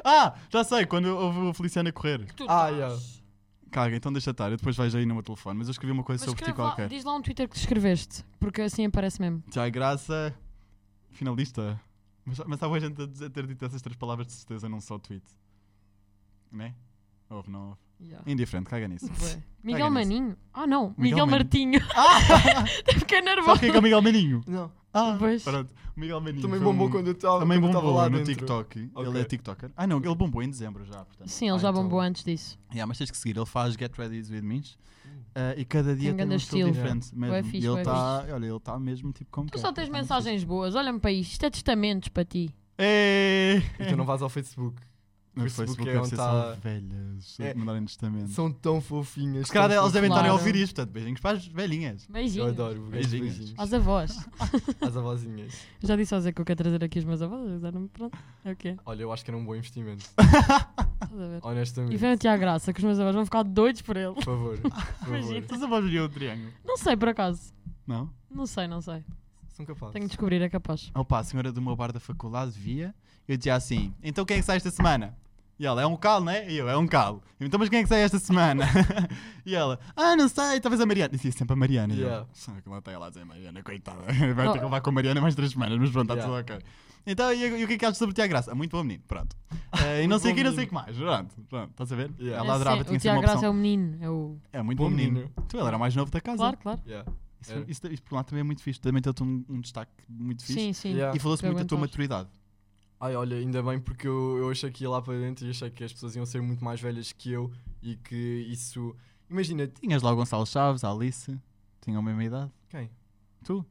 Ah, já sei, quando houve o Feliciano a correr.
Que tu
Ah,
estás.
yeah.
Caga, então deixa estar, eu depois vais aí no meu telefone, mas eu escrevi uma coisa
Mas
sobre ti
escreve lá-
qualquer.
diz lá um Twitter que te escreveste, porque assim aparece mesmo.
Tiago Graça, finalista. Mas, mas há boa gente a, dizer- a ter dito essas três palavras de certeza num só tweet. Né? Houve, não houve.
Yeah.
Indiferente, caga nisso.
Bué. Miguel
nisso.
Maninho? Ah não, Miguel,
Miguel
Martinho.
Maninho.
Fiquei
Sabe
nervoso.
quem é Ah, que é o Miguel Maninho?
Não,
Ah,
Pois.
pronto. O Miguel Maninho.
também
foi um-
bombou quando eu estava
Também
quando eu
bombou
estava lá
no
dentro.
TikTok.
Ok.
Ele é TikToker. Ah, não, ele bombou em dezembro já, portanto.
Sim, ele
Ah,
já
então.
bombou antes disso.
Yeah, mas tens que seguir, ele faz Get Ready With Me e cada
Tem
dia tem um
grande
estilo,
estilo.
diferente mesmo.
Bué fixe,
e ele
bué
está, olha, ele está mesmo tipo como
Tu
quer,
só tens
portanto, não
mensagens boas, olha-me para isto. Isto é testamentos para ti.
precisa- Ei!
Então não vais ao Facebook.
No
Facebook
Facebook
é
deve
onde
ser
tá-
só velhas
É.
a mandarem testamento.
São tão fofinhas.
Se calhar
tão
elas devem estar a
Claro.
ouvir isto, portanto, beijinhos para as velhinhas.
Eu
Beijinhos.
adoro.
Beijinhos.
Beijinhos.
Aos avós.
Às avózinhas.
Já disse ao Zé que eu quero trazer aqui os meus avós. eles deram-me- Pronto. É o quê?
Olha, eu acho que era um bom investimento.
Estás a ver? E
Honestamente.
vem o Tiago Graça, que os meus avós vão ficar doidos por ele.
Por favor. Por favor.
Imagina.
Estás a fazer um triângulo?
Não sei, por acaso.
Não?
Não sei, não sei.
São capazes.
Tenho de descobrir, é capaz.
Opa, a senhora do meu bar da faculdade via, eu dizia assim: então quem é que sai esta semana? E ela, é um calo, não é? E eu, é um calo. Eu, Então, mas quem é que sai esta semana? e ela, ah, não sei, talvez a Mariana. Dizia sempre a Mariana.
Yeah. Oh.
E eu, que lá está ela a dizer Mariana, coitada. Vai ter que levar com a Mariana mais três semanas, mas pronto, está
Yeah.
tudo ok. Então, e, e o que é que achas sobre o Tiago Graça? Muito bom menino, pronto. Eh, e não
Muito
sei o
bom
que, não sei o
menino.
que mais. Pronto, pronto, estás a ver?
Yeah.
Ela
É
adorava,
sim, o
tinha sempre
Tiago
uma
Graça é
opção. Ah,
o menino. É o...
É muito
Bom
bom menino.
menino.
Tu, ele era mais novo da casa.
Claro, claro.
Yeah.
Isso, foi-
Era.
isso, isso por lá também é muito fixe. Também deu-te um, um destaque muito fixe.
Sim, sim.
Yeah.
E falou-se
Tu
muito da tua
aguentaste.
maturidade.
Ai, olha, ainda bem porque eu, eu achei que ia lá para dentro e achei que as pessoas iam ser muito mais velhas que eu e que isso. Imagina.
Tinhas lá o Gonçalo Chaves, a Alice, tinham a mesma idade.
Quem?
Tu?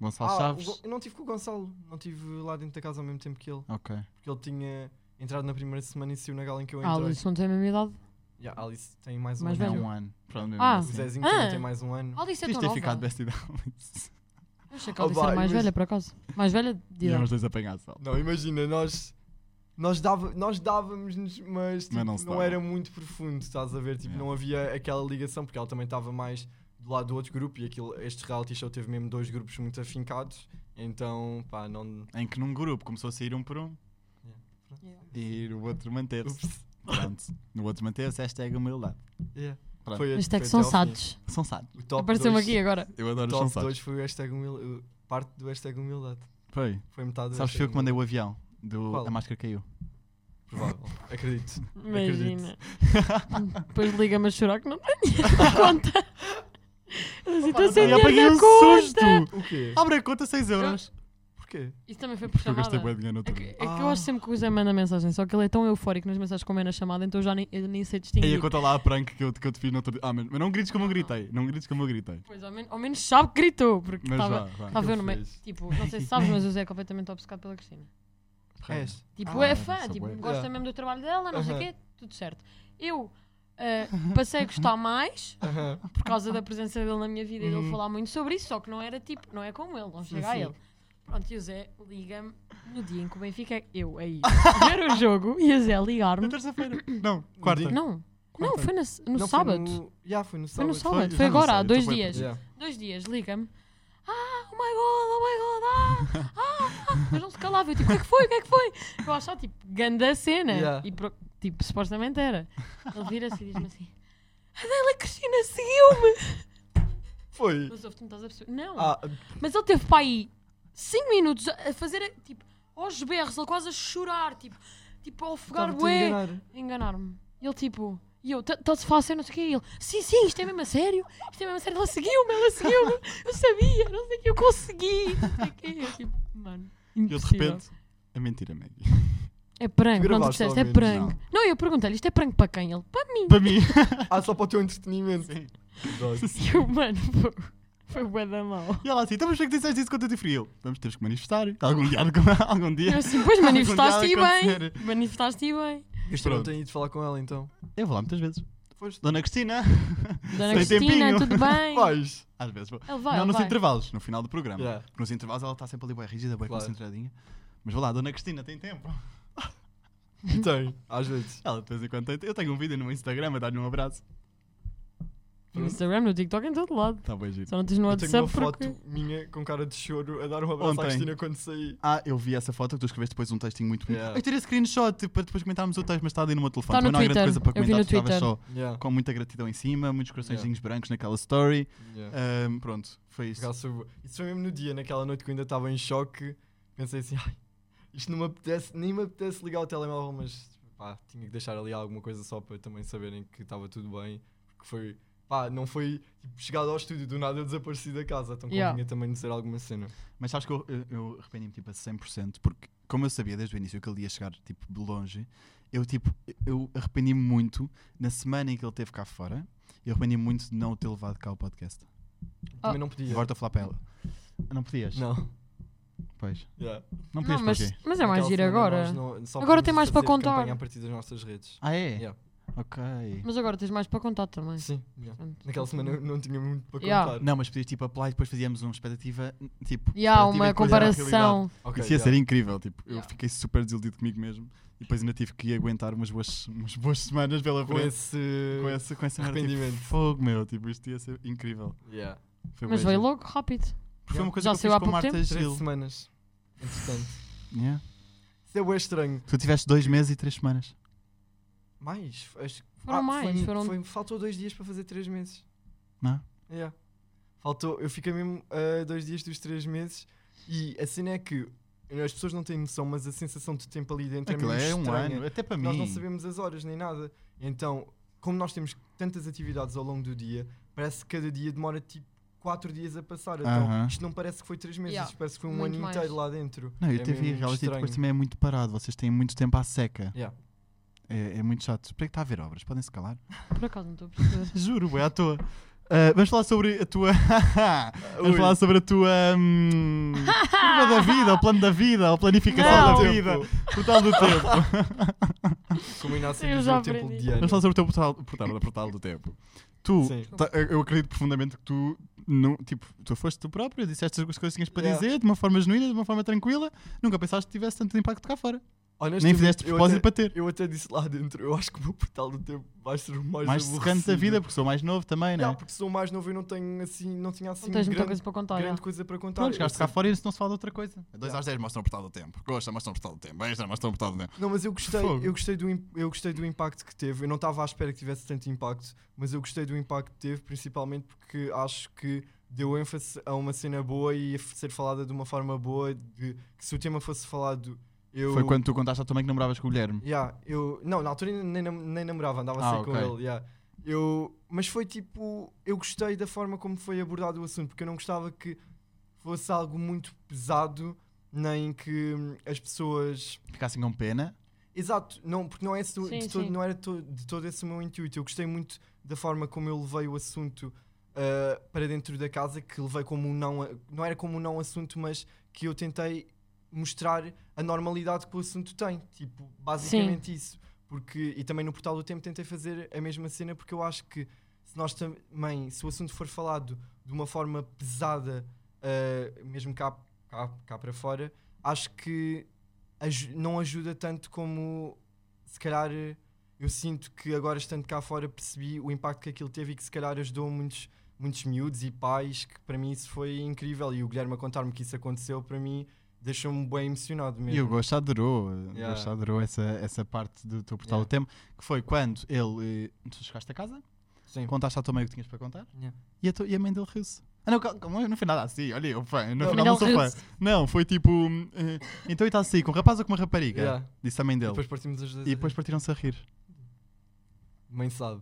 Gonçalo
Ah, o
Chaves?
Gon- eu não tive com o Gonçalo. Não tive lá dentro da casa ao mesmo tempo que ele.
Ok.
Porque ele tinha entrado na primeira semana e saiu na gala em que eu
Ah,
entrei.
Alice não tem a mesma idade.
Yeah, a Alice tem mais um
Mais
ano.
Não,
que
velho.
um ano. Pronto, mesmo
Ah.
eu.
assim.
O Zezinho também
Ah.
tem mais um ano.
Alice é
Devias
tão
ter
nova.
ficado best idade. Alice.
Achei que
Oh,
Alice
pá,
era mais
mas-
velha, por acaso. Mais velha de
Iam os
idade.
dois apanhar sol.
Não, imagina, nós. nós, dava, nós dávamos-nos, mas, tipo,
Mas não
não,
se dava.
era muito profundo, estás a ver? Tipo,
Yeah.
não havia aquela ligação, porque ela também estava mais do lado do outro grupo e aquilo, este reality show teve mesmo dois grupos muito afincados, então, pá, não.
Em que num grupo começou a sair um por um
Yeah.
e o outro manteve-se.
Ups.
Pronto. No outro manteve-se, hashtag humildade.
Yeah.
Pronto.
Foi a-
Mas até
foi
que são
até ao fim.
sados.
São sados.
O top
Apareceu-me
dois-
aqui agora.
Eu adoro
top
são sados.
2 foi o hashtag humildade. Parte do hashtag humildade.
Foi.
Foi metade do
Sabes que
hashtag
foi eu que mandei o avião? Do...
Qual?
A máscara caiu.
humildade. Provável. Acredito.
Imagina. Depois liga-me a chorar que não tenho conta. Eu disse, estou sem
eu apanhei
dinheiro
um
na conta.
susto!
O quê?
Abre a conta 6 euros.
Porquê?
Isso também foi por
Porque eu gastei bem
chamada.
de Ah. dinheiro no
É
outro
que,
dia.
é que eu acho sempre que o Zé manda mensagem, só que ele é tão eufórico nas mensagens como é na chamada, então eu já nem, eu nem sei
E aí
distinguir.
conta lá a prank que eu, que eu te fiz no outro dia. Ah, mas, mas não grites como eu gritei. Não grites como eu gritei.
Pois, ao, men- ao menos sabe que gritou, porque
Mas vá,
estava.
vá.
Estava eu no
Ele
meio.
fez.
Tipo, não sei se sabes, mas o Zé é completamente obcecado pela Cristina.
És.
Tipo,
Ah,
é
não
fã,
sou
tipo,
bué.
gosta
Yeah.
mesmo do trabalho dela, não sei o
Aham.
quê, tudo certo. Eu ah, passei a gostar mais
Aham.
por causa da presença dele na minha vida e dele
Uhum.
falar muito sobre isso, só que não era tipo, não é como ele, não chega a
sim.
ele. Pronto, e o Zé liga-me no dia em que o Benfica, é, eu aí, ver o jogo e o Zé
É Na
ligar-me.
terça-feira. Não, quarta.
digo-
Não, não, foi na- no,
Não,
sábado.
Foi no, yeah, foi no
Foi
sábado. Então
no sábado,
já
foi
não
agora, há
sei,
dois
estou bem
dias.
perdido.
Yeah.
Dois dias, liga-me. Ah, oh my god, oh my god, ah, ah, ah. Mas não se calava. Eu tipo, o que é que foi? O que é que foi? Eu achava tipo, ganda cena.
Yeah.
E pro- tipo, supostamente era. Ele vira-se e diz-me assim: Adela Cristina seguiu-me.
Foi.
Mas ouve, tu não estás a perceber. Não.
Ah,
Mas ele teve para aí 5 minutos a a fazer, a- tipo, aos berros, ele quase a chorar, tipo, tipo a ofegar
estava-te a
bué
enganar.
enganaram-me. Ele tipo, e eu, está-se fácil, não sei o quê. E ele, sim, sim, isto é mesmo a sério, isto é mesmo a sério. Ela seguiu-me, ela seguiu-me, eu sabia, não sei o quê, eu consegui, não sei o quê. Eu tipo, mano,
E eu de
impossível.
repente. É mentira, Maggie.
É prank,
Tu
não tu
gravaste,
disseste, é
ao menos,
prank. Não, eu perguntei-lhe, isto é prank para quem? Ele, para mim.
Para mim.
Ah, só para o teu entretenimento. Droga.
E eu, mano, foi, foi bué da mal.
E ela assim, então mas por é que disseste isso quando eu te frio? Vamos, temos que manifestar. Algum dia, algum, algum
Eu
dia.
assim, pois manifestaste-te
Algum dia há de
bem,
acontecer.
manifestaste-te bem.
Este não
Pronto.
tenho ido falar com ela então.
Eu vou lá muitas vezes.
Foste.
Dona Cristina.
Dona
Sem
Cristina,
tempinho.
tudo bem?
Vais.
Às vezes vou.
Ele vai,
não
ele
nos
vai.
intervalos, no final do programa.
Yeah.
Porque Nos intervalos ela está sempre ali bem rígida, bem
Claro.
concentradinha. Mas vou lá, Dona Cristina tem tempo.
Tem, às vezes.
Ela de vez em quando tem Eu tenho um vídeo no meu Instagram a dar-lhe um abraço.
No Instagram, no TikTok, em todo lado.
Está bem Tá giro.
Só não tens no
Eu tenho uma
WhatsApp
foto
porque...
minha com cara de choro a dar um abraço à
Ontem.
Cristina quando saí.
Ah, eu vi essa foto que tu escreveste depois um textinho muito bonito.
Yeah.
Eu tirei screenshot tipo, para depois comentarmos o texto, mas está ali no meu telefone.
Está no
Também não há grande
Twitter.
coisa para
Eu vi no
comentar, tu estavas
Twitter.
só
Yeah.
com muita gratidão em cima, muitos coraçõezinhos brancos naquela story.
Yeah.
Ahm, pronto, foi
Por
isso.
acaso, Isso foi mesmo no dia, naquela noite que eu ainda estava em choque. Pensei assim, ai, isto não me apetece, nem me apetece ligar o telemóvel, mas pá, tinha que deixar ali alguma coisa só para também saberem que estava tudo bem. Porque foi, pá, não foi tipo, chegado ao estúdio do nada eu desapareci da casa, então
Yeah.
convinha também dizer alguma cena.
Mas sabes que eu, eu, eu arrependi-me tipo a 100%, porque como eu sabia desde o início que ele ia chegar tipo de longe, eu tipo, eu arrependi-me muito na semana em que ele esteve cá fora, eu arrependi-me muito de não o ter levado cá ao podcast.
Oh.
Também não podia.
Agora estou a falar para ela. Não podias?
Não,
Pois.
yeah.
Não,
Não podias
mas,
porquê?
mas é mais
Naquela
giro
semana
agora.
nós não- só
Agora
podemos
tem mais para
fazer
contar.
campanha a partir das nossas redes.
Ah, é?
Yeah.
Ok.
Mas agora tens mais para contar também.
Sim, yeah.
Pronto.
naquela semana eu não tinha muito para
Yeah.
contar.
Não, mas podias tipo apelar e depois fazíamos uma expectativa, tipo.
E há
expectativa e
uma
depois era a realidade.
comparação.
Ok,
Isso ia
yeah.
ser incrível, tipo, eu
Yeah.
fiquei super desiludido comigo mesmo e depois ainda tive que aguentar umas boas, umas boas semanas pela
com
frente.
esse.
com essa, com essa merda, tipo,
arrependimento.
fogo, meu, tipo, isto ia ser incrível.
Yeah.
Foi
Mas
bué
veio
giro.
logo, rápido.
Porque Foi uma coisa
Já
que eu
saiu
fiz
há
com
pouco
Marta
tempo?
Três
Gil.
semanas. Entretanto.
Yeah.
Isso é bué estranho.
Tu tiveste dois meses e três semanas.
Mais? Acho... que-
Foram
Ah,
mais,
foi-
foram-
foi- Faltou dois dias para fazer três meses.
Não?
Yeah. Faltou. Eu fiquei mesmo a dois dias dos três meses. E a cena é que as pessoas não têm noção, mas a sensação de tempo ali dentro
Aquilo
é mesmo
é um
estranha.
ano, até para mim.
Nós não sabemos as horas nem nada. Então, como nós temos tantas atividades ao longo do dia, parece que cada dia demora tipo 4 dias a passar. Então,
Aham.
isto não parece que foi 3 meses,
Yeah,
isto parece que foi um
muito
ano
mais.
inteiro lá dentro.
Não, e
É
o TV
mesmo
reality
estranho.
depois também é muito parado, vocês têm muito tempo à seca.
Yeah.
É, é muito chato. Por é que está a haver obras? Podem-se calar?
Por acaso não estou a perceber.
Juro, é à toa. Ah, vamos falar sobre a tua. vamos
Ui.
falar sobre a tua. hum, curva da vida, o plano da vida, a planificação
Não.
da vida, portal do tempo.
Como Inácio
Eu
diz
já
no tempo
aprendi.
de ano.
vamos falar sobre o teu portal, portal, portal do tempo. Tu,
Sim.
Tá, eu- eu acredito profundamente que tu, não, tipo, tu foste tu próprio, disseste as coisas que tinhas para
Yeah.
dizer de uma forma genuína, de uma forma tranquila. Nunca pensaste que tivesse tanto impacto cá fora. Nem
Honestamente,
fizeste
eu
propósito
até-
para ter.
Eu até disse lá dentro, eu acho que o meu portal do tempo vai ser o mais
Mais serrante da
aborrecido.
vida, porque sou mais novo também,
Já,
não é?
porque sou mais novo e não tenho assim, não tinha assim
Não tens muita
grande,
coisa para contar.
grande
já.
coisa para contar.
Pronto, chegaste
Eu
cá
sei-
fora e não se fala de outra coisa. 2
Yeah.
às 10 mostram o portal do tempo. Gosta, mostram o portal do tempo. Extra, mostram o portal do tempo.
Não, mas eu gostei,
Fogo.
eu, gostei do, im- eu gostei do impacto que teve. Eu não estava à espera que tivesse tanto impacto, mas eu gostei do impacto que teve, principalmente porque acho que deu ênfase a uma cena boa e a f- ser falada de uma forma boa. De, que se o tema fosse falado, eu.
Foi quando tu contaste à tua mãe que namoravas com o Guilherme.
Yeah, eu, não, na altura ainda nem, nam- nem namorava, andava
Ah,
a sair
ok.
com ele. yeah. Eu, mas foi tipo, eu gostei da forma como foi abordado o assunto, porque eu não gostava que fosse algo muito pesado, nem que hum, as pessoas.
Ficassem assim com pena.
Exato, não, porque não, é esse, o-
Sim,
de todo,
sim.
não era to- de todo esse o meu intuito. Eu gostei muito da forma como eu levei o assunto ah, para dentro da casa, que levei como um não. a- Não era como um não assunto, mas que eu tentei mostrar a normalidade que o assunto tem. Tipo, basicamente isso. Porque, e também no Portal do Tempo tentei fazer a mesma cena, porque eu acho que se nós também, se o assunto for falado de uma forma pesada, ah, mesmo cá, cá, cá para fora, acho que aju- não ajuda tanto como se calhar eu sinto que agora estando cá fora percebi o impacto que aquilo teve e que se calhar ajudou muitos, muitos miúdos e pais, que para mim isso foi incrível. E o Guilherme a contar-me que isso aconteceu, para mim deixou-me bem emocionado mesmo.
E o Gosto adorou. O
Yeah.
Gosto adorou essa, essa parte do teu portal do
Yeah.
tempo. Que foi quando ele. eh, Tu chegaste a casa,
Sim.
contaste à tua mãe o que tinhas para contar
Yeah.
e a, tua, e a mãe dele riu-se. Ah, não, calma, não foi nada assim. Olha, eu fã. No
Não,
Mandel
final não sou fã.
riu-se.
Não, foi tipo. eh, então está assim, com um rapaz ou com uma rapariga?
Yeah.
Disse a mãe
E
dele.
depois partimos as duas.
E depois partiram-se a rir.
Mãe sabe.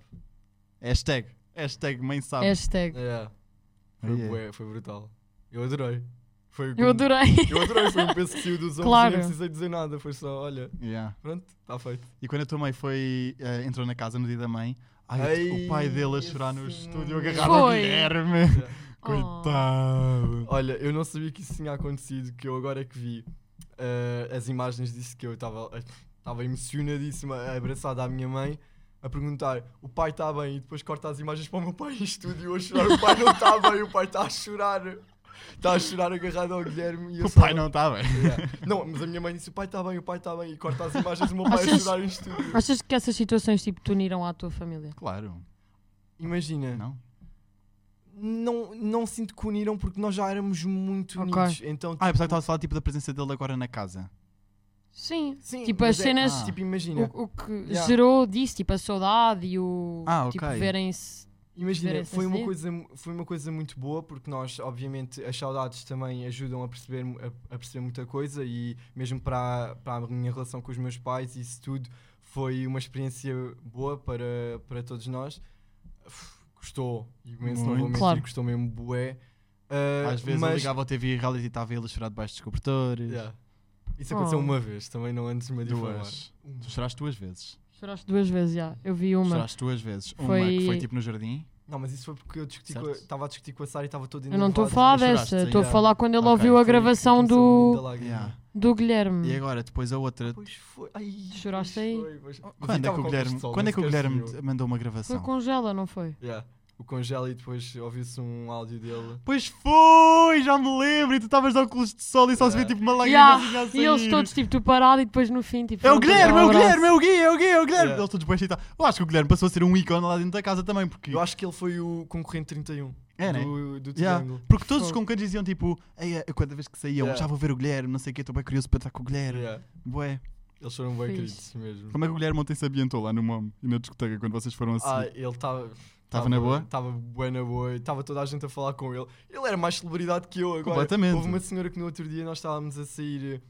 Hashtag. Hashtag mãe sabe. é.
Hashtag.
Yeah. Foi,
Yeah.
bué, foi brutal. Eu adorei. Foi
Eu
um-
adorei.
Eu adorei, foi um peso que saiu dos ombros
Claro.
e nem precisei dizer nada. Foi só, olha,
Yeah.
pronto, está feito.
E quando a tua mãe foi, eh, entrou na casa no dia da mãe, ai,
Ai,
o pai dele a
esse
chorar no
momento.
estúdio, agarrado ao
Foi.
Guilherme.
Yeah.
Oh.
Coitado.
Olha, eu não sabia que isso tinha acontecido, que eu agora é que vi eh, as imagens disso que eu estava estava emocionadíssima, abraçada à minha mãe, a perguntar o pai está bem e depois corta as imagens para o meu pai em estúdio a chorar, o pai não está bem, o pai está a chorar. Está a chorar agarrado ao Guilherme e eu
O
só-
pai não está bem.
Yeah. Não, mas a minha mãe disse o pai está bem, o pai está bem e corta as imagens do meu pai a
Achas-
chorar em estúdio.
Achas que essas situações tipo te uniram à tua família?
Claro,
Imagina.
não.
não, não sinto que uniram porque nós já éramos muito
Ok.
unidos. Então,
Ah, eu
tipo,
pensava que estavas a falar tipo, da presença dele agora na casa.
Sim.
sim,
tipo,
mas
as cenas-
Ah.
tipo, imagina,
O, o que
Yeah.
gerou disso, tipo a saudade e o
Ah,
tipo
ok.
verem-se.
imagina
Diferença,
foi, uma
sim.
coisa, mu- foi uma coisa muito boa porque nós, obviamente, as saudades também ajudam a perceber, mu- a, a perceber muita coisa e mesmo para, a- para a minha relação com os meus pais, isso tudo foi uma experiência boa para, para todos nós. Uf, Custou imenso, não vou
Muito.
mentir,
Claro.
custou mesmo bué. Ah,
Às vezes eu
mas,
ligava ao TV e reality e estava ele a chorar debaixo dos cobertores.
Yeah. é Isso aconteceu
Oh.
uma vez, também não antes de me difamar.
Duas. Um. Tu choraste duas vezes.
Choraste duas vezes já. Eu vi uma.
Choraste duas vezes. Uma
Foi-
que foi tipo no jardim.
Não, mas isso foi porque eu discuti com a-
Certo.
estava a discutir com a Sara e estava todo
Eu não estou a
enervado.
falar
choraste,
dessa.
sim,
Estou a
yeah.
falar quando ele
Ok,
Foi
ouviu a
aí que
gravação
começou o mundo da
do,
lágrima.
Yeah.
do
E
Guilherme.
agora, depois a outra.
Pois foi. Ai,
Choraste
pois
aí?
foi, pois- Mas eu
Quando é
estava
que o
com
Guilherme,
sol,
quando
nem
é que o
sequer
Guilherme
fui eu.
te mandou uma
Foi
gravação?
com gela, não foi?
Yeah. O congela e depois ouviu-se um áudio dele.
Pois foi, já me lembro. E tu estavas de óculos de sol e só se vê
Yeah.
tipo uma
Yeah,
lagrimazinha a
É. E eles
sair.
todos, tipo, tu parado e depois no fim, tipo.
É o
foram todos
Guilherme,
dar
é
um
o
abraço.
Guilherme, é o Gui, é o Gui, é o Guilherme.
Yeah.
Eles todos bem excitados. Eu acho que o Guilherme passou a ser um ícone lá dentro da casa também, porque.
Eu acho que ele foi o concorrente 31
É, né?
do, do
Yeah.
Triângulo.
Porque todos os
Fogo.
concorrentes diziam tipo, Ei, eu cada vez que saíam,
Yeah.
já vou ver o Guilherme, não sei o que, estou bem curioso para estar com o Guilherme.
Yeah.
Bué.
Eles foram bem
Fixe.
queridos mesmo.
É. Como é que o Guilherme ontem se ambientou lá no MOM e na discoteca quando vocês foram assim?
Ah, ele estava. tá
Estava na boa?
Estava bué na boa, estava toda a gente a falar com ele. Ele era mais celebridade que eu agora.
Completamente.
Houve uma senhora que no outro dia nós estávamos a sair, eh,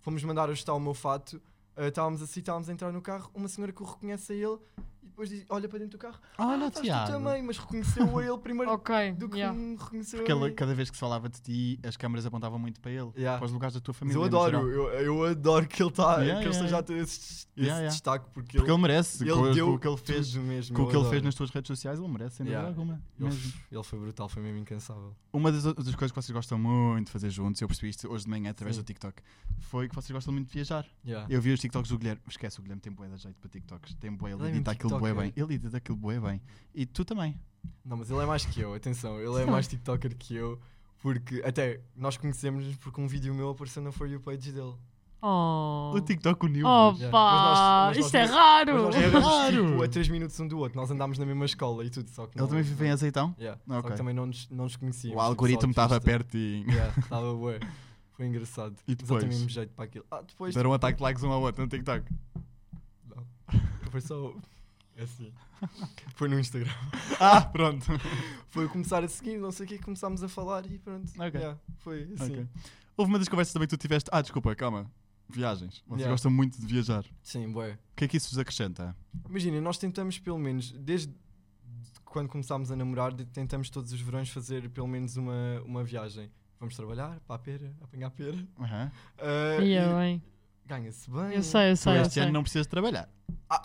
fomos mandar ajustar o meu fato, eh, estávamos a sair, estávamos a entrar no carro, uma senhora que o reconhece a ele e depois diz, olha para dentro do carro,
Ah,
Olha,
Ah, "Estás tu também, mas reconheceu a ele primeiro
Ok.
é do que um
yeah.
me reconheceu
Porque
a
ele,
mim.
cada vez que se falava de ti, as câmaras apontavam muito para ele,
Yeah.
para os lugares da tua família.
Mas eu
no
adoro,
geral.
eu, eu adoro que ele, tá,
Yeah,
que ele
yeah,
esteja
yeah.
a ter esse, esse
Yeah, yeah.
destaque, porque,
Porque
ele,
ele merece,
ele
com, com
deu
o que ele fez.
tudo mesmo.
Com o
eu
que ele
adoro.
fez nas tuas redes sociais, ele merece, sem dúvida
Yeah.
alguma.
Ele-
mesmo.
Ele foi brutal, foi mesmo incansável.
Uma das outras coisas que vocês gostam muito de fazer juntos, eu percebi isto hoje de manhã através
Sim.
do TikTok, foi que vocês gostam muito de viajar.
Yeah.
Eu vi os TikToks do Guilherme, esquece, o Guilherme tem bué da jeito para TikToks, tem bué, ele
Ele é
edita
um
aquilo bué bem,
TikToker.
ele edita aquilo bué bem. E tu também.
Não, mas ele é mais que eu, atenção, ele é
Sim.
mais TikToker que eu, porque até nós conhecemos porque um vídeo meu apareceu na For You page dele.
Oh.
O TikTok uniu.
Oh,
Yeah.
pá,
Mas nós- mas nós-
isto é
Mas
raro!
nós éramos
Claro.
tipo a 3 minutos um do outro, nós andámos na mesma escola e tudo, só que
Ele
não.
também vive em azeitão?
Yeah, Só
Ok.
que também não nos, não nos conhecíamos. tipo,
O algoritmo estava pertinho.
Estava bué. Foi engraçado.
E
Mas eu
depois?
tenho mesmo jeito para aquilo. Ah, depois.
Deram um ataque de likes um ao outro no TikTok.
Não. Foi só. É assim. Foi no Instagram.
Ah, pronto.
Foi começar a seguir, não sei o que, começámos a falar e pronto.
Ok.
Yeah, foi assim.
Ok. Houve uma das conversas também que tu tiveste. Ah, desculpa, calma. Viagens. Vocês
Yeah.
gostam muito de viajar.
Sim, bué.
O que é que isso vos acrescenta?
Imagina, nós tentamos pelo menos, desde quando começámos a namorar, de- tentamos todos os verões fazer pelo menos uma, uma viagem. Vamos trabalhar para a pera, apanhar pera.
Aham.
Ah,
E eu, hein?
Ganha-se bem.
Eu sei, eu
Tu
sei. eu
este
sei.
ano não precisas de trabalhar.
Ah,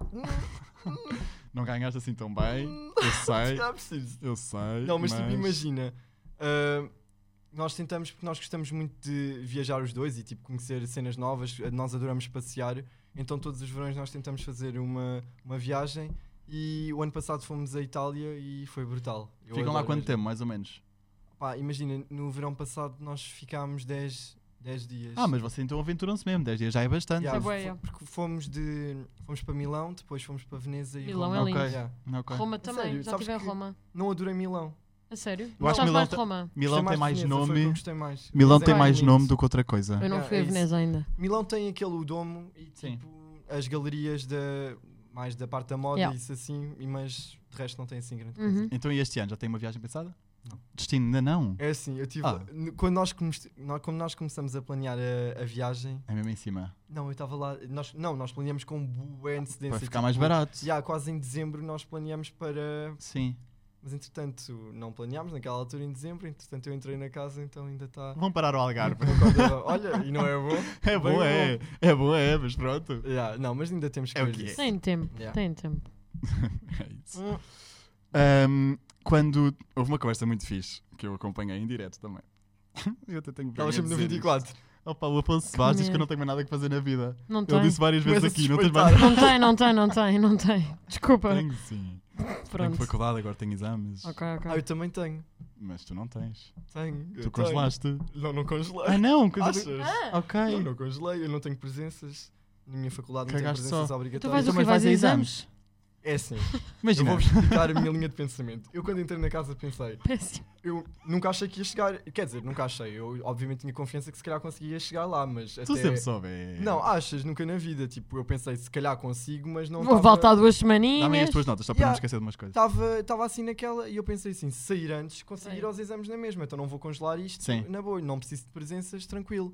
Não ganhaste assim tão bem. Eu
se
sei.
calhar preciso.
Eu sei.
Não, mas, tipo, imagina. ah, nós tentamos, porque nós gostamos muito de viajar os dois e tipo conhecer cenas novas, nós adoramos passear, então todos os verões nós tentamos fazer uma, uma viagem e o ano passado fomos à Itália e foi brutal. Eu
Ficam lá
adoro
quanto
mesmo.
tempo, mais ou menos?
Pá, imagina, no verão passado nós ficámos 10, 10 dias.
Ah, mas vocês então aventuram-se mesmo. 10 dias já é bastante.
Yeah,
É bué,
fo-
yeah.
porque fomos de fomos para Milão, depois fomos para Veneza e
Milão
Roma.
é lindo.
Ok.
Yeah.
Ok.
Roma
sério,
também, já
sabes
tive em
que-
Roma.
Não adorei Milão.
A sério?
Eu acho que
Não estás
Milão
mais
te-
de Roma?
Milão tem mais
Gostei de Veneza, foi o que eu
nome.
gostei mais.
Milão
Veneza
tem
é
mais
lindo.
nome do que outra coisa.
Eu não
Yeah,
fui a
é isso.
Veneza ainda.
Milão tem aquele o domo e
Sim.
tipo as galerias da mais da parte da moda
Yeah.
e isso assim, e mas de resto não tem assim grande coisa.
Uhum.
Então e este ano já tem uma viagem pensada?
Não.
Destino ainda não.
É assim, eu tive
Ah.
n- quando nós, comest- nó- quando nós começamos a planear a, a viagem,
É mesmo em cima.
não, eu estava lá, nós, não, nós planeamos com boa antecedência.
Para ficar
tipo,
mais barato.
Já quase em dezembro nós planeamos para.
Sim.
Mas entretanto não planeámos naquela altura em dezembro, entretanto eu entrei na casa, então ainda está.
Vão parar o Algarve.
Olha, e não é bom?
É bom,
Bem
é. É bom, é, mas pronto.
Yeah, não, mas ainda temos que
É o
ver
que é.
isso. Hum,
Tem tempo,
Yeah.
tem tempo.
É isso. Ahm, quando. Houve uma conversa muito fixe que eu acompanhei em direto também. Eu até tenho
Estava sempre no
vergonha de dizer
24.
isto. Opa, o Afonso Soares diz que eu
medo.
não tenho mais nada que fazer na vida.
Não
Eu
tem.
disse várias vezes
Começa a
aqui, não tens mais
suspeitar.
Não tem, não tem, não tem, não tem. Desculpa.
Tenho sim. Tenho
Pronto.
faculdade, agora tenho exames.
Ok,
Ah,
ok.
eu também tenho.
Mas tu não tens.
Tenho. eu
tu
tenho.
congelaste.
Não, não congelei.
Ah não,
Achas?
coisa.
Ah.
Ok.
Eu não congelei, eu não tenho presenças. Na minha faculdade não
Cagaste
tenho presenças
só.
Tu vais
obrigatórias.
o
Então, mas
quê? Vais
vais a
a exames?
É assim, eu
Imagina.
vou-vos explicar a minha linha de pensamento. Eu quando entrei na casa pensei,
Péssimo.
eu nunca achei que ia chegar. Quer dizer, nunca achei. Eu obviamente tinha confiança que se calhar conseguia chegar lá, mas
Tu
até.
sempre soube.
Não, ah, achas, nunca na vida. Tipo, eu pensei, se calhar consigo, mas não.
Vou
tava-
voltar duas
Então, tá Dá-me aí
semaninhas.
as tuas notas, só para não
Yeah.
esquecer de umas coisas.
Estava estava assim naquela e eu pensei assim, se sair antes, conseguir
Sim.
aos exames na mesma, então não vou congelar isto
Sim.
na boa, não preciso de presenças, tranquilo.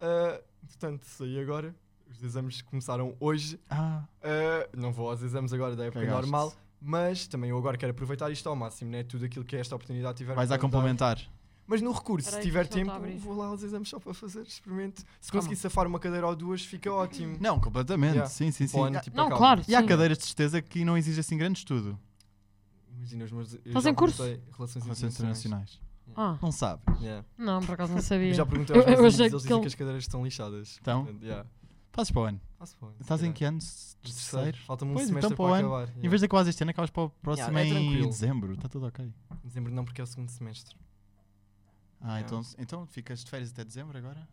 Ah, Portanto, saí agora, os exames começaram hoje,
Ah,
ah, não vou aos exames agora da época
Cagaste.
normal, mas também eu agora quero aproveitar isto ao máximo, né? tudo aquilo que esta oportunidade tiver.
vais
para
à
me
complementar.
dar. Mas no recurso,
Espera aí,
se tiver
que isto não
tempo,
está a abrir.
vou lá aos exames só para fazer, experimento. Se
Calma.
conseguir safar uma cadeira ou duas, fica ótimo.
Não, completamente.
Yeah.
Sim, sim, sim.
Para o ano,
Ah,
tipo,
Não,
acaba.
claro.
E há
sim.
cadeiras de certeza que não exigem assim grande estudo.
Imagina os meus. eu
Estás
já
em curso?
perguntei Relações,
Relações internacionais.
Ah,
Não sabe.
Yeah.
não, por acaso não sabia.
Eu já perguntei aos
Eu- eu
meus amigos,
achei
eles
que
dizem
ele-
que as cadeiras estão lixadas.
Então?
Portanto, yeah.
Passes para o ano.
Faço bem,
Estás
se
em
calhar.
que anos? Terceiro?
Falta-me um
Pois,
semestre
então, para o
para
ano,
acabar.
Em vez de acabares este ano, acabas para o próximo
Yeah, é
em
tranquilo.
dezembro. Está tudo ok.
yeah. Dezembro não, porque é o segundo semestre.
Ah,
Yeah.
então, então ficas de férias até dezembro agora?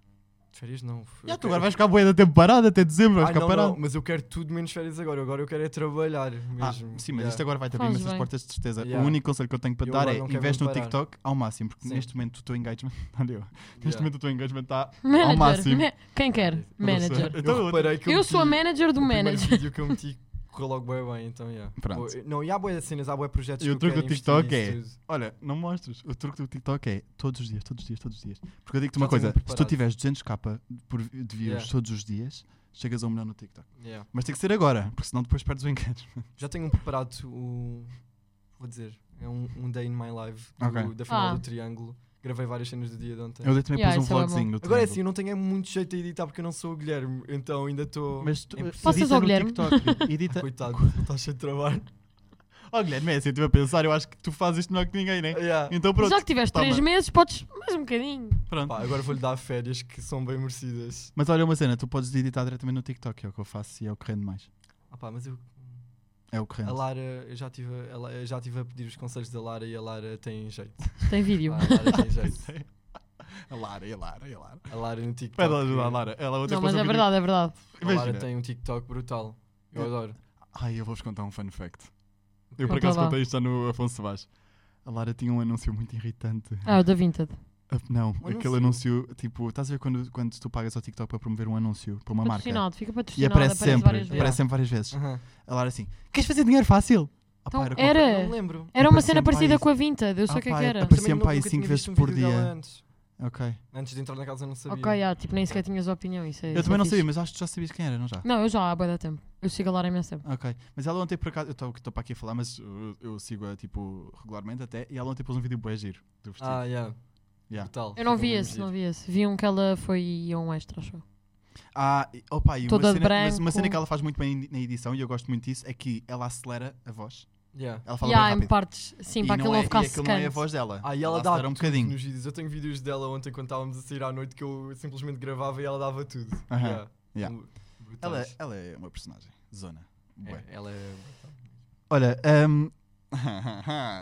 De férias não. f- eu
Já, tu
quero-
agora vais ficar boia da tempo parado até dezembro. Vais
Ah,
ficar
não,
parado.
não, mas eu quero tudo menos férias agora. Agora eu quero é trabalhar
Ah,
mesmo.
sim, mas isto agora vai-te abrir
Faz
imensas
bem.
portas de certeza.
Yeah.
O único conselho que eu tenho para te
Eu
dar
agora
é
não quero
investe no
mesmo parar.
Tiktok ao máximo, porque
Sim.
neste momento o teu engagement. Olha eu. Neste
Yeah.
momento o teu engagement tá está.
Manager.
Ao máximo.
ma- Quem quer?
Não
Manager.
Então,
eu reparei que eu,
Eu sou a
meti-
manager do
o primeiro
manager.
vídeo que eu meti correu logo bem bem, então yeah.
Pronto.
Boa- Não, e há boé de cenas, há boé projetos
E
que
o
eu
truque
quero
do TikTok
investir
é-
nisso tudo.
Olha, não mostras. O truque do TikTok é todos os dias, todos os dias, todos os dias. Porque eu digo-te
Já
uma coisa:
tenho
se tu
preparado.
tiveres 200k por vi- de views
Yeah.
todos os dias, chegas a um milhão no TikTok.
Yeah.
Mas tem que ser agora, porque senão depois perdes o engagement.
Já tenho um preparado, o... vou dizer, é um, um Day in My Life do-
Ok.
da final
Ah.
do Triângulo. Gravei várias cenas do dia de ontem.
Eu dei também
Yeah,
pus um
isso é bom.
vlogzinho no
Agora é assim,
Triangle.
eu não tenho é muito jeito a editar porque eu não sou o Guilherme, então ainda estou.
Mas tu, eh,
É impossível.
Passas
edita
ao
no
Guilherme.
TikTok. Edita.
Coitado, está cheio de trabalho.
oh, Guilherme, é assim, eu estive a pensar, eu acho que tu fazes isto melhor que ninguém, né?
Yeah.
Então pronto,
Já que tiveste
toma.
três meses, podes mais um bocadinho.
pronto.
Pá, agora vou-lhe dar férias que são bem merecidas.
Mas olha uma cena, tu podes editar diretamente no TikTok, é o que eu faço e é o que rende mais.
Ah, pá, mas eu,
É o que rende.
a Lara, eu já estive a, ela- eu já tive a pedir os conselhos da Lara e a Lara tem jeito.
Tem vídeo.
Pá, a Lara tem jeito.
A Lara, e a Lara, e a Lara.
A Lara no TikTok. é-
Pera, a Lara. Ela outra
Não, mas é verdade, é verdade.
A Lara
Imagina.
tem um TikTok brutal. Eu
É.
adoro.
Ai, eu vou-vos contar um fun fact. Eu por
Conta
acaso
lá.
contei isto já no Afonso Vaz. A Lara tinha um anúncio muito irritante.
Ah, o da Vinted.
Ah, Não, aquele
Um anúncio?
anúncio, tipo, estás a ver quando, quando tu pagas ao TikTok para promover um anúncio para uma marca?
Patrocinado, fica
E
patrocinado.
aparece, sempre,
várias vezes.
aparece sempre várias vezes.
Aham.
A Lara assim, queres fazer dinheiro fácil? Ah,
Então,
pá, era
era-
Não me lembro.
Era uma cena
aparece sempre
parecida
mais-
com a Vinted, eu sei o
Ah,
que é
pá,
que era.
aparece-
Também
sempre para aí
nunca
cinco
tinha
vezes
visto um
por
vídeo dela
dia.
Antes.
com- Ok.
antes de entrar na casa eu não sabia.
Ok, ah, tipo, nem sequer tinhas opinião, isso é-
Eu
isso
também
é
não
fixe.
sabia, mas acho que tu já sabias quem era, não já?
Não, eu já há boa tempo. Eu sigo a Lara imenso tempo.
Ok. Mas ela ontem por acaso, eu estou para aqui a falar, mas eu, eu sigo-a tipo regularmente até, e ela ontem pôs um vídeo bué giro do vestido.
Ah, yeah.
Yeah.
Brutal.
Eu não vi
Ficou
esse,
mesmo
não
giro.
vi esse. Vi um que ela foi a um extra, acho eu.
Ah, e- opa, e uma
Toda de
cena, mas uma
branco.
cena que ela faz muito bem na edição, e eu gosto muito disso, é que ela acelera a voz.
Yeah.
Ela fala
e há
bem
em
rápido.
partes, sim, para
e
aquilo
não,
não
é,
ficar
e aquilo não é a
secante.
voz dela.
Ah, e ela dá
acelera um bocadinho.
Nos vídeos. Eu tenho vídeos dela ontem quando estávamos a sair à noite que eu simplesmente gravava e ela dava tudo.
Aham.
Yeah.
Yeah.
Um-
Ela,
brutais.
ela é uma personagem. Zona. Bué.
É, ela é.
Olha, hum,